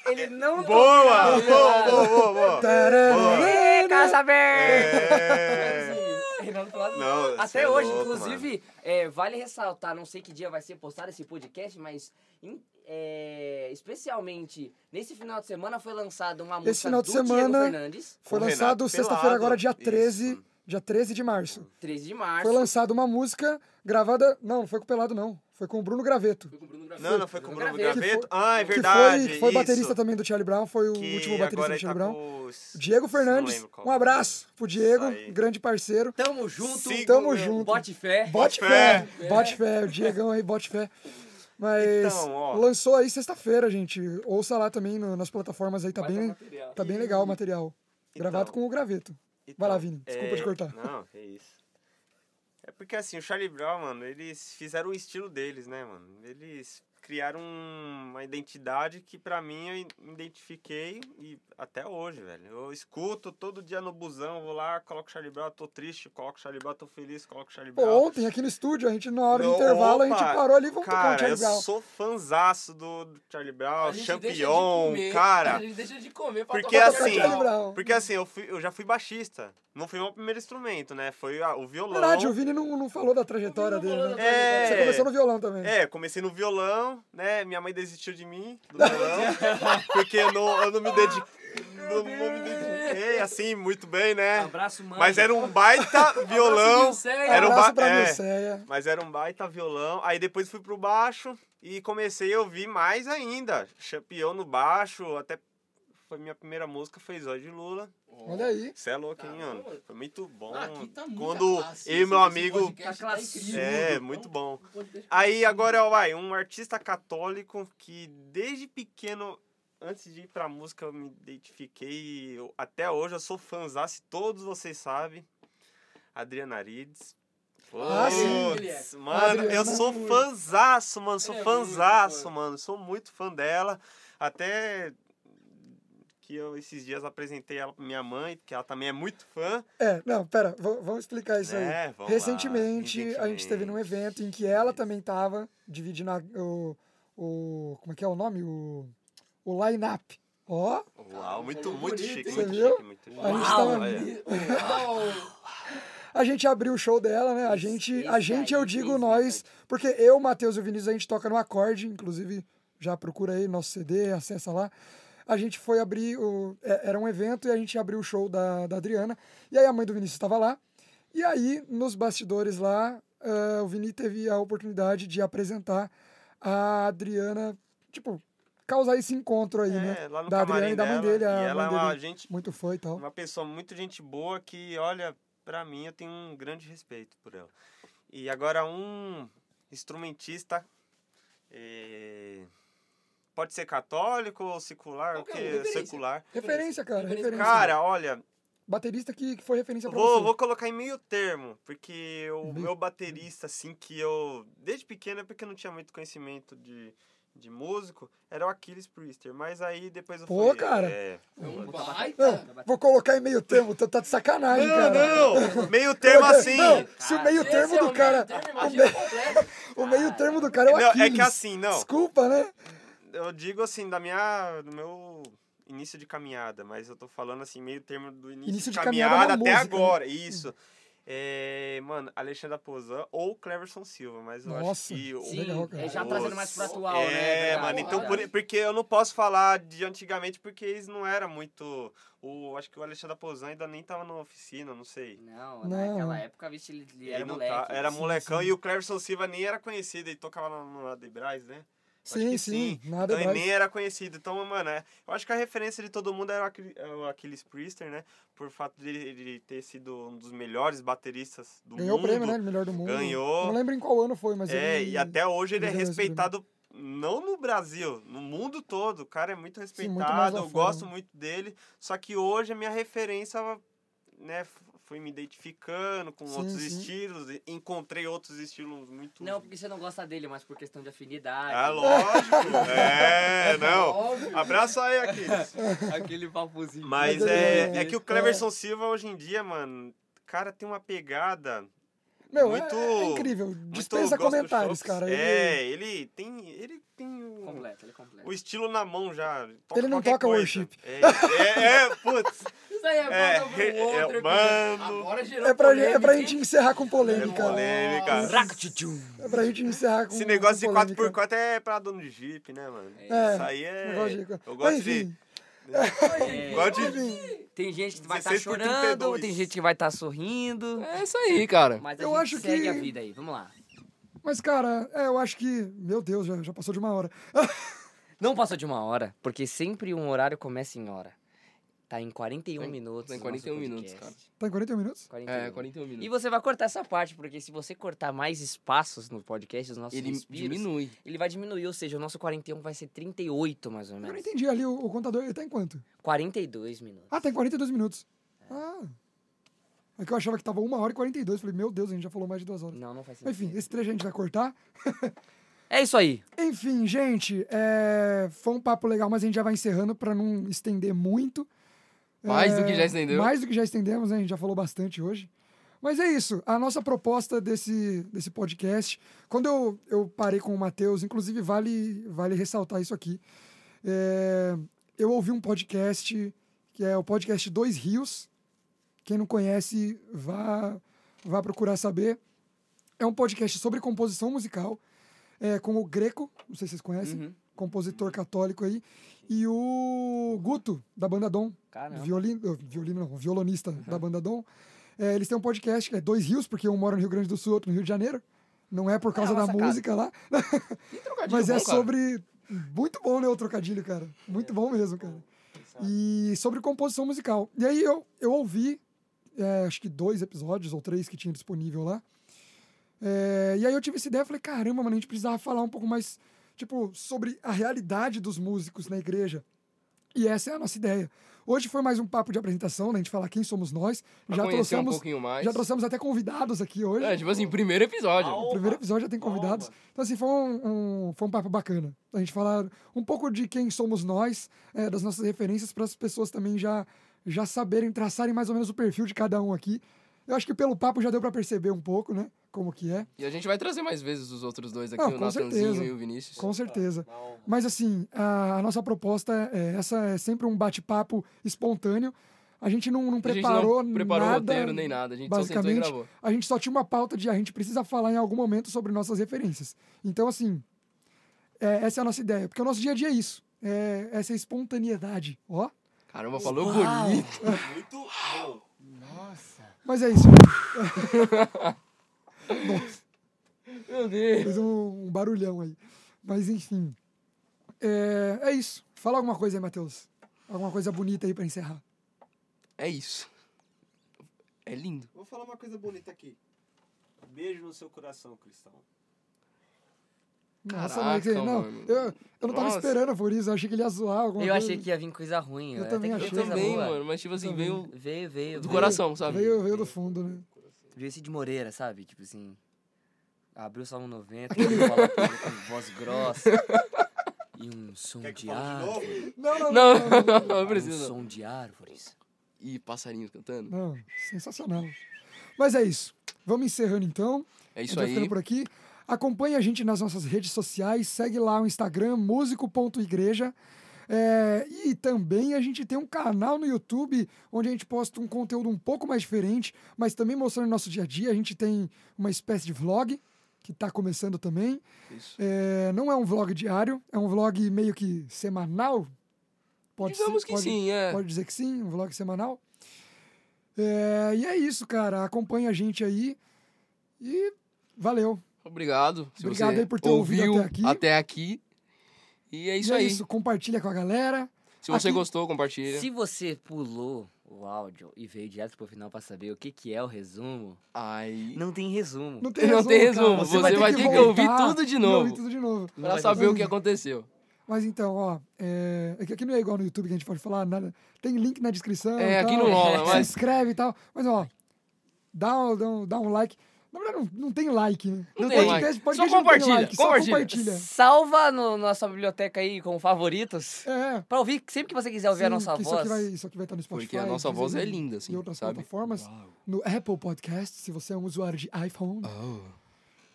Speaker 4: ele não
Speaker 3: Boa!
Speaker 4: tocava
Speaker 3: Boa,
Speaker 4: pelado.
Speaker 3: boa, boa, boa.
Speaker 1: Tá Tarará.
Speaker 3: Boa.
Speaker 4: Ê, Casa Verde!
Speaker 3: É.
Speaker 4: Renato Pelado.
Speaker 3: Não, você
Speaker 4: Até
Speaker 3: é
Speaker 4: hoje,
Speaker 3: louco, mano.
Speaker 4: inclusive, é, vale ressaltar, não sei que dia vai ser postado esse podcast, mas em- é, especialmente nesse final de semana foi lançada uma música
Speaker 1: final de
Speaker 4: do Diego
Speaker 1: semana-
Speaker 4: Fernandes,
Speaker 1: Foi
Speaker 3: Com Renato
Speaker 1: lançado sexta-feira,
Speaker 3: Pelado.
Speaker 1: agora dia
Speaker 3: Isso.
Speaker 1: 13. Dia 13 de março.
Speaker 4: 13 de março.
Speaker 1: Foi lançada uma música gravada. Não, não foi com o Pelado, não. Foi com o Bruno Graveto.
Speaker 4: Foi com o Bruno Graveto.
Speaker 3: Não, não foi com o
Speaker 4: Bruno
Speaker 3: Bruno
Speaker 4: Graveto.
Speaker 3: Graveto.
Speaker 1: Que
Speaker 3: Ah,
Speaker 1: que
Speaker 3: é
Speaker 1: foi-
Speaker 3: verdade.
Speaker 1: Que foi, baterista
Speaker 3: isso.
Speaker 1: também do Charlie Brown, foi o
Speaker 3: Que
Speaker 1: último baterista
Speaker 3: agora
Speaker 1: do
Speaker 3: ele tá
Speaker 1: Charlie Brown.
Speaker 3: com os-
Speaker 1: Diego
Speaker 3: Não
Speaker 1: Fernandes,
Speaker 3: lembro qual é.
Speaker 1: um abraço pro Diego,
Speaker 3: Isso aí.
Speaker 1: grande parceiro.
Speaker 4: Tamo junto.
Speaker 3: Siga
Speaker 1: Tamo
Speaker 3: o meu-
Speaker 1: junto.
Speaker 4: Bote fé.
Speaker 1: Bote
Speaker 3: Bote
Speaker 1: fé,
Speaker 4: fé.
Speaker 1: bote fé, o Diegão aí, bote fé. Mas
Speaker 3: Então, ó.
Speaker 1: lançou aí sexta-feira, gente. Ouça lá também no- nas plataformas aí, tá
Speaker 4: Vai
Speaker 1: bem,
Speaker 4: dar material.
Speaker 1: tá bem legal o material.
Speaker 3: Então.
Speaker 1: Gravado com o graveto. Vai lá, Vini. Desculpa te cortar.
Speaker 3: Não, Então, é isso. É porque assim, o Charlie Brown, mano, eles fizeram o estilo deles, né, mano? Eles criaram uma identidade que pra mim eu identifiquei e até hoje, velho. Eu escuto todo dia no busão, vou lá, coloco Charlie Brown, tô triste, coloco Charlie Brown, tô feliz, coloco Charlie
Speaker 1: Pô,
Speaker 3: Brown.
Speaker 1: ontem aqui no estúdio, a gente, na hora do
Speaker 3: Eu-
Speaker 1: intervalo, a
Speaker 3: opa,
Speaker 1: gente parou ali e vamos tocar o
Speaker 3: Cara, eu
Speaker 1: Charlie Brown.
Speaker 3: sou fanzaço do do Charlie Brown,
Speaker 4: A gente deixa de
Speaker 3: champion,
Speaker 4: comer, A
Speaker 3: cara.
Speaker 4: gente deixa de comer pra
Speaker 3: Porque
Speaker 4: tocar
Speaker 1: Vamos tocar um
Speaker 3: assim,
Speaker 1: Charlie
Speaker 4: Charlie
Speaker 1: Brown.
Speaker 3: Porque assim, eu, fui, eu já fui baixista. Não foi o meu primeiro instrumento, né? Foi a- o violão.
Speaker 1: Verdade, o Vini não, não falou da trajetória
Speaker 4: O Vini
Speaker 1: dele, né?
Speaker 4: não falou da
Speaker 1: Você
Speaker 3: trajetória.
Speaker 1: começou no violão também.
Speaker 3: É, comecei no violão, né? Minha mãe desistiu de mim, do violão, porque eu não, eu não me dediquei. Não, não me dediquei, assim, muito bem, né?
Speaker 4: Abraço, mano.
Speaker 3: Mas era um baita violão. Era
Speaker 1: um
Speaker 3: um
Speaker 1: abraço
Speaker 3: ba...
Speaker 1: pra
Speaker 3: é,
Speaker 1: Nilceia.
Speaker 3: mas era um baita violão. Aí depois fui pro baixo e comecei a ouvir mais ainda. Champion no baixo, até foi minha primeira música, foi Zóio de Lula.
Speaker 1: Olha aí.
Speaker 3: Você é louco, hein,
Speaker 4: Caramba.
Speaker 3: mano? Foi muito bom.
Speaker 2: Ah, aqui tá muita
Speaker 3: Quando
Speaker 2: classe,
Speaker 3: eu e
Speaker 2: esse-
Speaker 3: meu
Speaker 2: esse
Speaker 3: amigo.
Speaker 2: podcast
Speaker 4: Tá classivo.
Speaker 3: É,
Speaker 2: absurdo.
Speaker 3: muito bom.
Speaker 2: É um podcast
Speaker 3: Aí
Speaker 2: absurdo.
Speaker 3: agora, ó, vai, um artista católico que desde pequeno, antes de ir pra música, eu me identifiquei. Eu- até hoje eu sou fãzasse, todos vocês sabem. Adriana Arides.
Speaker 1: Ah, sim.
Speaker 3: Putz,
Speaker 4: Ele é.
Speaker 3: Mano, eu
Speaker 1: Adriana
Speaker 3: sou
Speaker 1: Arides.
Speaker 3: fanzaço, mano. Sou
Speaker 4: Ele é muito
Speaker 3: fanzaço,
Speaker 4: fã.
Speaker 3: mano. Sou muito fã dela. Até que eu esses dias apresentei ela pra minha mãe, que ela também é muito fã.
Speaker 1: É, não, pera, v- vamos explicar isso aí.
Speaker 3: né? Vamos lá.
Speaker 1: Recentemente, a gente teve num
Speaker 3: Recentemente.
Speaker 1: evento em que ela também tava dividindo a- o, o. Como é que é o nome? O, o line-up. Ó,
Speaker 3: Uau, muito,
Speaker 2: Falou
Speaker 3: muito
Speaker 2: bonito,
Speaker 3: chique,
Speaker 2: hein?
Speaker 3: muito
Speaker 1: Você viu?
Speaker 3: chique, muito chique. é.
Speaker 1: A gente
Speaker 4: Uau,
Speaker 1: tava-
Speaker 3: olha.
Speaker 1: a gente abriu o show dela, né? A gente, a
Speaker 4: esse
Speaker 1: gente
Speaker 4: aí
Speaker 1: eu digo
Speaker 4: fez,
Speaker 1: nós, porque eu, Matheus e o Vinícius, a gente toca no acorde, inclusive já procura aí nosso CD, acessa lá. A gente foi abrir, o, é- era um evento e a gente abriu o show da, da Adriana. E aí a mãe do Vinícius estava lá. E aí, nos bastidores lá, ah, o Vini teve a oportunidade de apresentar a Adriana, tipo, causar esse encontro aí, né?
Speaker 3: É, lá no
Speaker 1: Da Adriana
Speaker 3: camarim
Speaker 1: e da mãe
Speaker 3: dela,
Speaker 1: dele, a
Speaker 3: e
Speaker 1: mãe
Speaker 3: ela é
Speaker 1: dele
Speaker 3: uma gente,
Speaker 1: muito fã e tal.
Speaker 3: uma pessoa muito gente boa que, olha, pra mim eu tenho um grande respeito por ela. E agora um instrumentista eh, Pode ser católico ou secular, o
Speaker 2: Qualquer um,
Speaker 3: que
Speaker 2: referência.
Speaker 3: secular.
Speaker 1: Referência, cara.
Speaker 2: Referência.
Speaker 1: Referência.
Speaker 3: Cara, olha,
Speaker 1: Baterista que, que foi referência pra
Speaker 3: vou,
Speaker 1: você.
Speaker 3: vou colocar em meio termo, porque o
Speaker 1: assim? Meio-
Speaker 3: meu baterista, assim, que eu, desde pequeno, é porque eu não tinha muito conhecimento de, de músico, era o Aquiles Priester, mas aí depois eu
Speaker 1: Pô,
Speaker 3: falei,
Speaker 1: cara.
Speaker 3: É,
Speaker 2: É um
Speaker 4: Puta,
Speaker 2: baita.
Speaker 1: Não, Ah, vou colocar em meio termo, tá, tá de sacanagem,
Speaker 3: não,
Speaker 1: cara.
Speaker 3: não, meio termo
Speaker 1: Colocar-
Speaker 3: assim.
Speaker 1: Não, se o
Speaker 4: Cara,
Speaker 1: meio
Speaker 4: esse
Speaker 1: termo
Speaker 2: Esse é
Speaker 1: do
Speaker 2: o
Speaker 1: cara.
Speaker 2: meu termo,
Speaker 1: o,
Speaker 2: imagina
Speaker 1: meio,
Speaker 2: completo.
Speaker 1: o meio termo do cara é o
Speaker 3: Não, é
Speaker 1: Aquiles.
Speaker 3: que assim, não.
Speaker 1: Desculpa, né?
Speaker 3: Eu digo assim, da minha, do meu início de caminhada, mas eu tô falando assim, meio termo do início,
Speaker 1: Início
Speaker 3: de
Speaker 1: de caminhada na
Speaker 3: caminhada, até
Speaker 1: música, né?
Speaker 3: agora, isso. É, mano, Alexandre Pozan ou Cleverson Silva, mas eu
Speaker 1: Nossa,
Speaker 3: acho que... o-
Speaker 4: Sim,
Speaker 1: Legal, cara.
Speaker 4: é já
Speaker 3: os-
Speaker 4: trazendo mais pro atual,
Speaker 3: é,
Speaker 4: né? Verdade,
Speaker 3: mano, então por-
Speaker 4: verdade.
Speaker 3: porque eu não posso falar de antigamente, porque eles não eram muito... O, acho que o Alexandre Pozan ainda nem tava na oficina, não sei.
Speaker 4: Não,
Speaker 1: Não.
Speaker 4: naquela época, vixe, ele, ele era
Speaker 3: Ele não
Speaker 4: moleque.
Speaker 3: tá- era
Speaker 1: sim,
Speaker 3: molecão
Speaker 1: sim.
Speaker 3: e o Cleverson Silva nem era conhecido, ele tocava lá no Adebrais, né? Acho
Speaker 1: Sim,
Speaker 3: que
Speaker 1: sim, Nada
Speaker 3: Então, ele
Speaker 1: mais.
Speaker 3: nem era conhecido. Então, mano, é, eu acho que a referência de todo mundo era o Aquil- é o Aquiles Priester, né? Por fato de ele ter sido um dos melhores bateristas do
Speaker 1: Ganhou o
Speaker 3: mundo.
Speaker 1: prêmio, né? de Melhor do mundo.
Speaker 3: Ganhou.
Speaker 1: Não lembro em qual ano foi, mas.
Speaker 3: É,
Speaker 1: ele-
Speaker 3: e até hoje ele é
Speaker 1: ele ganhou esse
Speaker 3: respeitado, não no Brasil, no mundo todo. O cara é muito
Speaker 1: Sim, muito mais
Speaker 3: respeitado,
Speaker 1: lá
Speaker 3: eu
Speaker 1: fora,
Speaker 3: gosto
Speaker 1: né?
Speaker 3: muito dele. Só que hoje a minha referência, né? f- Fui me identificando com
Speaker 1: Sim,
Speaker 3: outros
Speaker 1: sim.
Speaker 3: estilos, e encontrei outros estilos muito.
Speaker 4: Não, porque você não gosta dele, mas por questão de afinidade.
Speaker 3: É lógico, é, não.
Speaker 4: Óbvio.
Speaker 3: Abraço aí, Aquiles.
Speaker 4: Aquele papozinho.
Speaker 3: Mas
Speaker 1: Mas
Speaker 3: é,
Speaker 1: ele-
Speaker 3: é que o Cleverson Silva hoje em dia, mano, cara, tem uma pegada.
Speaker 1: Meu,
Speaker 3: muito,
Speaker 1: é, é incrível.
Speaker 3: muito
Speaker 1: Dispensa
Speaker 3: gospel
Speaker 1: comentários,
Speaker 3: shows.
Speaker 1: cara. Ele,
Speaker 3: É, ele tem. Ele tem um o,
Speaker 4: Completo, ele é completo.
Speaker 3: o estilo na mão já. Ele, toca
Speaker 1: Ele não
Speaker 3: qualquer
Speaker 1: toca
Speaker 3: coisa.
Speaker 1: worship.
Speaker 3: É, é, é, putz.
Speaker 4: Isso aí é
Speaker 3: É,
Speaker 4: pauta
Speaker 3: é,
Speaker 4: pro outro
Speaker 3: é,
Speaker 4: episódio.
Speaker 3: mano.
Speaker 4: Agora gerou
Speaker 1: é, pra, gente- é
Speaker 4: polêmica,
Speaker 1: pra
Speaker 4: hein?
Speaker 1: gente encerrar com
Speaker 3: É
Speaker 1: polêmica.
Speaker 3: polêmica.
Speaker 1: É pra gente encerrar com
Speaker 3: Esse negócio de
Speaker 1: com polêmica.
Speaker 3: 4x4 é pra dono de Jeep, né, mano?
Speaker 1: É,
Speaker 3: Isso aí é.
Speaker 1: negócio de-
Speaker 3: Eu
Speaker 1: Mas,
Speaker 3: gosto de.
Speaker 1: enfim,
Speaker 4: É,
Speaker 3: Gosto de.
Speaker 1: enfim,
Speaker 4: Tem gente que vai estar
Speaker 3: 16 por
Speaker 4: chorando,
Speaker 3: 32.
Speaker 4: tem gente que vai estar sorrindo.
Speaker 2: É isso aí, cara.
Speaker 4: Mas a
Speaker 1: Eu
Speaker 4: gente
Speaker 1: acho
Speaker 4: segue
Speaker 1: que-
Speaker 4: a vida aí, vamos lá.
Speaker 1: mas, cara, é, eu acho que. Meu Deus, já, já passou de uma hora.
Speaker 4: Não passou de uma hora, porque sempre um horário começa em hora. Tá em 41
Speaker 2: Tá em-
Speaker 4: minutos.
Speaker 2: tá em
Speaker 4: o
Speaker 2: 41
Speaker 4: nosso
Speaker 2: minutos,
Speaker 4: podcast.
Speaker 1: Tá em 41 minutos?
Speaker 4: 41.
Speaker 2: É, 41
Speaker 4: E um
Speaker 2: minutos.
Speaker 4: você vai cortar essa parte, porque se você cortar mais espaços no podcast, os nossos
Speaker 2: Ele
Speaker 4: respiros,
Speaker 2: diminui.
Speaker 4: ele vai diminuir, ou seja, o nosso 41 vai ser 38 mais ou
Speaker 1: Eu não
Speaker 4: menos.
Speaker 1: entendi ali o, o contador. Ele tá em quanto?
Speaker 4: 42 minutos.
Speaker 1: Ah, tá em 42 minutos. Ah. É que eu achava que tava 1 hora e 42. Falei, meu Deus, a gente já falou mais de duas horas.
Speaker 4: Não, não faz sentido.
Speaker 1: Enfim, esse trecho a gente vai cortar.
Speaker 4: É isso aí.
Speaker 1: Enfim, gente, é, foi um papo legal, mas a gente já vai encerrando pra não estender muito. É,
Speaker 2: Mais do que já estendeu.
Speaker 1: Mais do que já estendemos, né? A gente já falou bastante hoje. Mas é isso. A nossa proposta desse, desse podcast. Quando eu, eu parei com o Matheus, inclusive vale, vale ressaltar isso aqui. É, eu ouvi um podcast que é o podcast Dois Rios. Quem não conhece, vá, vá procurar saber. É um podcast sobre composição musical é, com o Greco, não sei se vocês conhecem,
Speaker 4: Uhum.
Speaker 1: compositor católico aí, e o Guto, da banda Dom,
Speaker 4: Caramba.
Speaker 1: violino, violino não, violonista da banda Dom. É, eles têm um podcast que é Dois Rios, porque um mora no Rio Grande do Sul e outro no Rio de Janeiro. Não é por causa
Speaker 4: uma
Speaker 1: da
Speaker 4: sacada.
Speaker 1: música lá,
Speaker 2: Que trocadilho
Speaker 1: mas é
Speaker 2: bom, cara. É.
Speaker 1: sobre. Muito bom, né? O trocadilho, cara. Muito bom mesmo, cara. E sobre composição musical. E aí eu, eu ouvi, é, acho que dois episódios ou três que tinha disponível lá. É, e aí eu tive essa ideia, falei, caramba, mano, a gente precisava falar um pouco mais, tipo, sobre a realidade dos músicos na igreja. E essa é a nossa ideia. Hoje foi mais um papo de apresentação, né? A gente falar quem somos nós.
Speaker 2: Pra
Speaker 1: já
Speaker 2: conhecer um
Speaker 1: trouxemos,
Speaker 2: pouquinho mais.
Speaker 1: já trouxemos até convidados aqui hoje.
Speaker 2: É, tipo assim, primeiro episódio.
Speaker 5: Ao-
Speaker 1: O primeiro episódio já tem convidados. Então, assim, foi um, um- foi um papo bacana. A gente falar um pouco de quem somos nós, é, das nossas referências, para as pessoas também já, já saberem, traçarem mais ou menos o perfil de cada um aqui. Eu acho que pelo papo já deu para perceber um pouco, né? Como que é,
Speaker 2: E a gente vai trazer mais vezes os outros dois aqui,
Speaker 1: Ah,
Speaker 2: o
Speaker 1: com
Speaker 2: Natanzinho
Speaker 1: certeza.
Speaker 2: e o Vinícius.
Speaker 1: com certeza.
Speaker 5: Na
Speaker 2: um
Speaker 5: honra.
Speaker 1: Mas assim, a, a nossa proposta é essa, é sempre um bate-papo espontâneo. A gente não, não
Speaker 2: A gente
Speaker 1: preparou
Speaker 2: não preparou
Speaker 1: nada,
Speaker 2: roteiro nem nada, a gente só sentou e
Speaker 1: basicamente,
Speaker 2: gravou.
Speaker 1: a gente só tinha uma pauta de a gente precisa falar em algum momento sobre nossas referências. Então, assim, é, essa é a nossa ideia. Porque o nosso dia a dia é isso. É essa espontaneidade, ó.
Speaker 2: Caramba, falou
Speaker 4: Uau!
Speaker 2: bonito.
Speaker 5: Muito bom.
Speaker 4: Nossa.
Speaker 1: Mas é isso.
Speaker 2: Meu Deus.
Speaker 1: Fez um, um barulhão aí. Mas, enfim. É, é isso. Fala alguma coisa aí, Matheus. Alguma coisa bonita aí pra encerrar.
Speaker 2: É isso. É lindo.
Speaker 5: Vou falar uma coisa bonita aqui. Beijo no seu coração, cristão.
Speaker 1: Nossa,
Speaker 2: Caraca,
Speaker 1: Mike, não,
Speaker 2: mano.
Speaker 1: eu, eu não tava
Speaker 2: Nossa.
Speaker 1: esperando por isso, eu achei que ele ia zoar alguma
Speaker 4: Eu
Speaker 1: coisa.
Speaker 4: achei que ia vir coisa ruim.
Speaker 1: um Eu
Speaker 4: até
Speaker 1: também
Speaker 4: que
Speaker 1: achei.
Speaker 2: Eu
Speaker 4: coisa
Speaker 2: também,
Speaker 4: boa.
Speaker 2: mano. Mas, tipo assim,
Speaker 1: Também.
Speaker 2: veio
Speaker 4: Veio, veio.
Speaker 2: do
Speaker 4: veio.
Speaker 2: coração, sabe?
Speaker 1: Veio, veio do fundo, né?
Speaker 4: Veio esse de Moreira, sabe? Tipo assim. Abriu só um 90, fala com voz grossa. e um som
Speaker 3: Quer que
Speaker 4: de
Speaker 3: eu fale de
Speaker 4: árvore.
Speaker 3: novo?
Speaker 1: Não, não,
Speaker 2: Não,
Speaker 1: não. não, não, não.
Speaker 2: não
Speaker 4: um
Speaker 2: precisa. não.
Speaker 4: som de árvores.
Speaker 2: E passarinhos cantando.
Speaker 1: Não, sensacional. Mas é isso. Vamos encerrando então.
Speaker 2: É
Speaker 1: A gente
Speaker 2: isso
Speaker 1: vai
Speaker 2: aí.
Speaker 1: ficando por aqui. Acompanhe a gente nas nossas redes sociais, segue lá o Instagram, músico.igreja. É, e também a gente tem um canal no YouTube onde a gente posta um conteúdo um pouco mais diferente, mas também mostrando o nosso dia a dia. A gente tem uma espécie de vlog que está começando também.
Speaker 2: Isso.
Speaker 1: É, não é um vlog diário, é um vlog meio que semanal. Pode ser-
Speaker 2: Digamos que
Speaker 1: pode-
Speaker 2: sim, é.
Speaker 1: Pode dizer que sim, um vlog semanal. É, e é isso, cara. Acompanha a gente aí. E valeu.
Speaker 2: Obrigado. Se
Speaker 1: Obrigado
Speaker 2: você
Speaker 1: aí por ter
Speaker 2: ouviu
Speaker 1: ouvido até aqui.
Speaker 2: aqui. E é isso
Speaker 1: E é
Speaker 2: aí.
Speaker 1: isso. Compartilha com a galera.
Speaker 2: Se você
Speaker 1: Aqui-
Speaker 2: gostou, compartilha.
Speaker 4: Se você pulou o áudio e veio direto pro final pra saber o que, que é o resumo,
Speaker 2: Aí.
Speaker 4: não tem resumo.
Speaker 1: Não tem
Speaker 2: Não
Speaker 1: resumo.
Speaker 2: tem resumo,
Speaker 1: cara.
Speaker 2: você vai ter que ouvir
Speaker 1: voltar
Speaker 2: tudo de
Speaker 1: e
Speaker 2: novo.
Speaker 1: ouvir tudo de novo.
Speaker 4: Não
Speaker 2: Pra
Speaker 4: vai
Speaker 2: saber
Speaker 1: ter
Speaker 2: o que
Speaker 1: jeito.
Speaker 2: aconteceu.
Speaker 1: Mas então, ó. É... é que Aqui não é igual no YouTube que a gente pode falar nada. Tem link na descrição.
Speaker 2: É,
Speaker 1: e tal.
Speaker 2: aqui não rola,
Speaker 1: Se
Speaker 2: mas.
Speaker 1: inscreve e tal. Mas, ó. Dá um, dá um, dá um like. Na verdade, não, não tem like, né?
Speaker 2: Não
Speaker 1: No
Speaker 2: tem
Speaker 1: podcast-
Speaker 2: like. Só
Speaker 1: podcast não tem
Speaker 2: compartilha,
Speaker 1: like,
Speaker 2: compartilha.
Speaker 1: Só
Speaker 4: Salva no, na sua biblioteca aí como favoritos.
Speaker 1: compartilha. É.
Speaker 4: Pra ouvir sempre que você quiser ouvir Tá a
Speaker 1: Sim,
Speaker 4: nossa
Speaker 1: que
Speaker 4: voz.
Speaker 1: Isso aqui, vai, isso aqui vai estar no Spotify.
Speaker 2: Porque a nossa voz é
Speaker 1: Deezer,
Speaker 2: linda, assim.
Speaker 1: Em outras
Speaker 2: sabe?
Speaker 1: plataformas. No Apple Podcast, se você é um usuário de iPhone.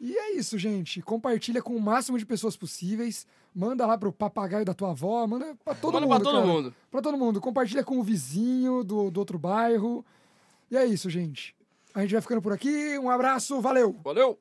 Speaker 1: E é isso, gente. Compartilha com o máximo de pessoas possíveis. Manda lá pro papagaio da tua avó. Manda pra todo
Speaker 2: Manda
Speaker 1: mundo.
Speaker 2: pra todo
Speaker 1: cara.
Speaker 2: mundo.
Speaker 1: Pra todo mundo. Compartilha com o vizinho do, do outro bairro. E é isso, gente. A gente vai ficando por aqui. Um abraço. Valeu!
Speaker 2: Valeu!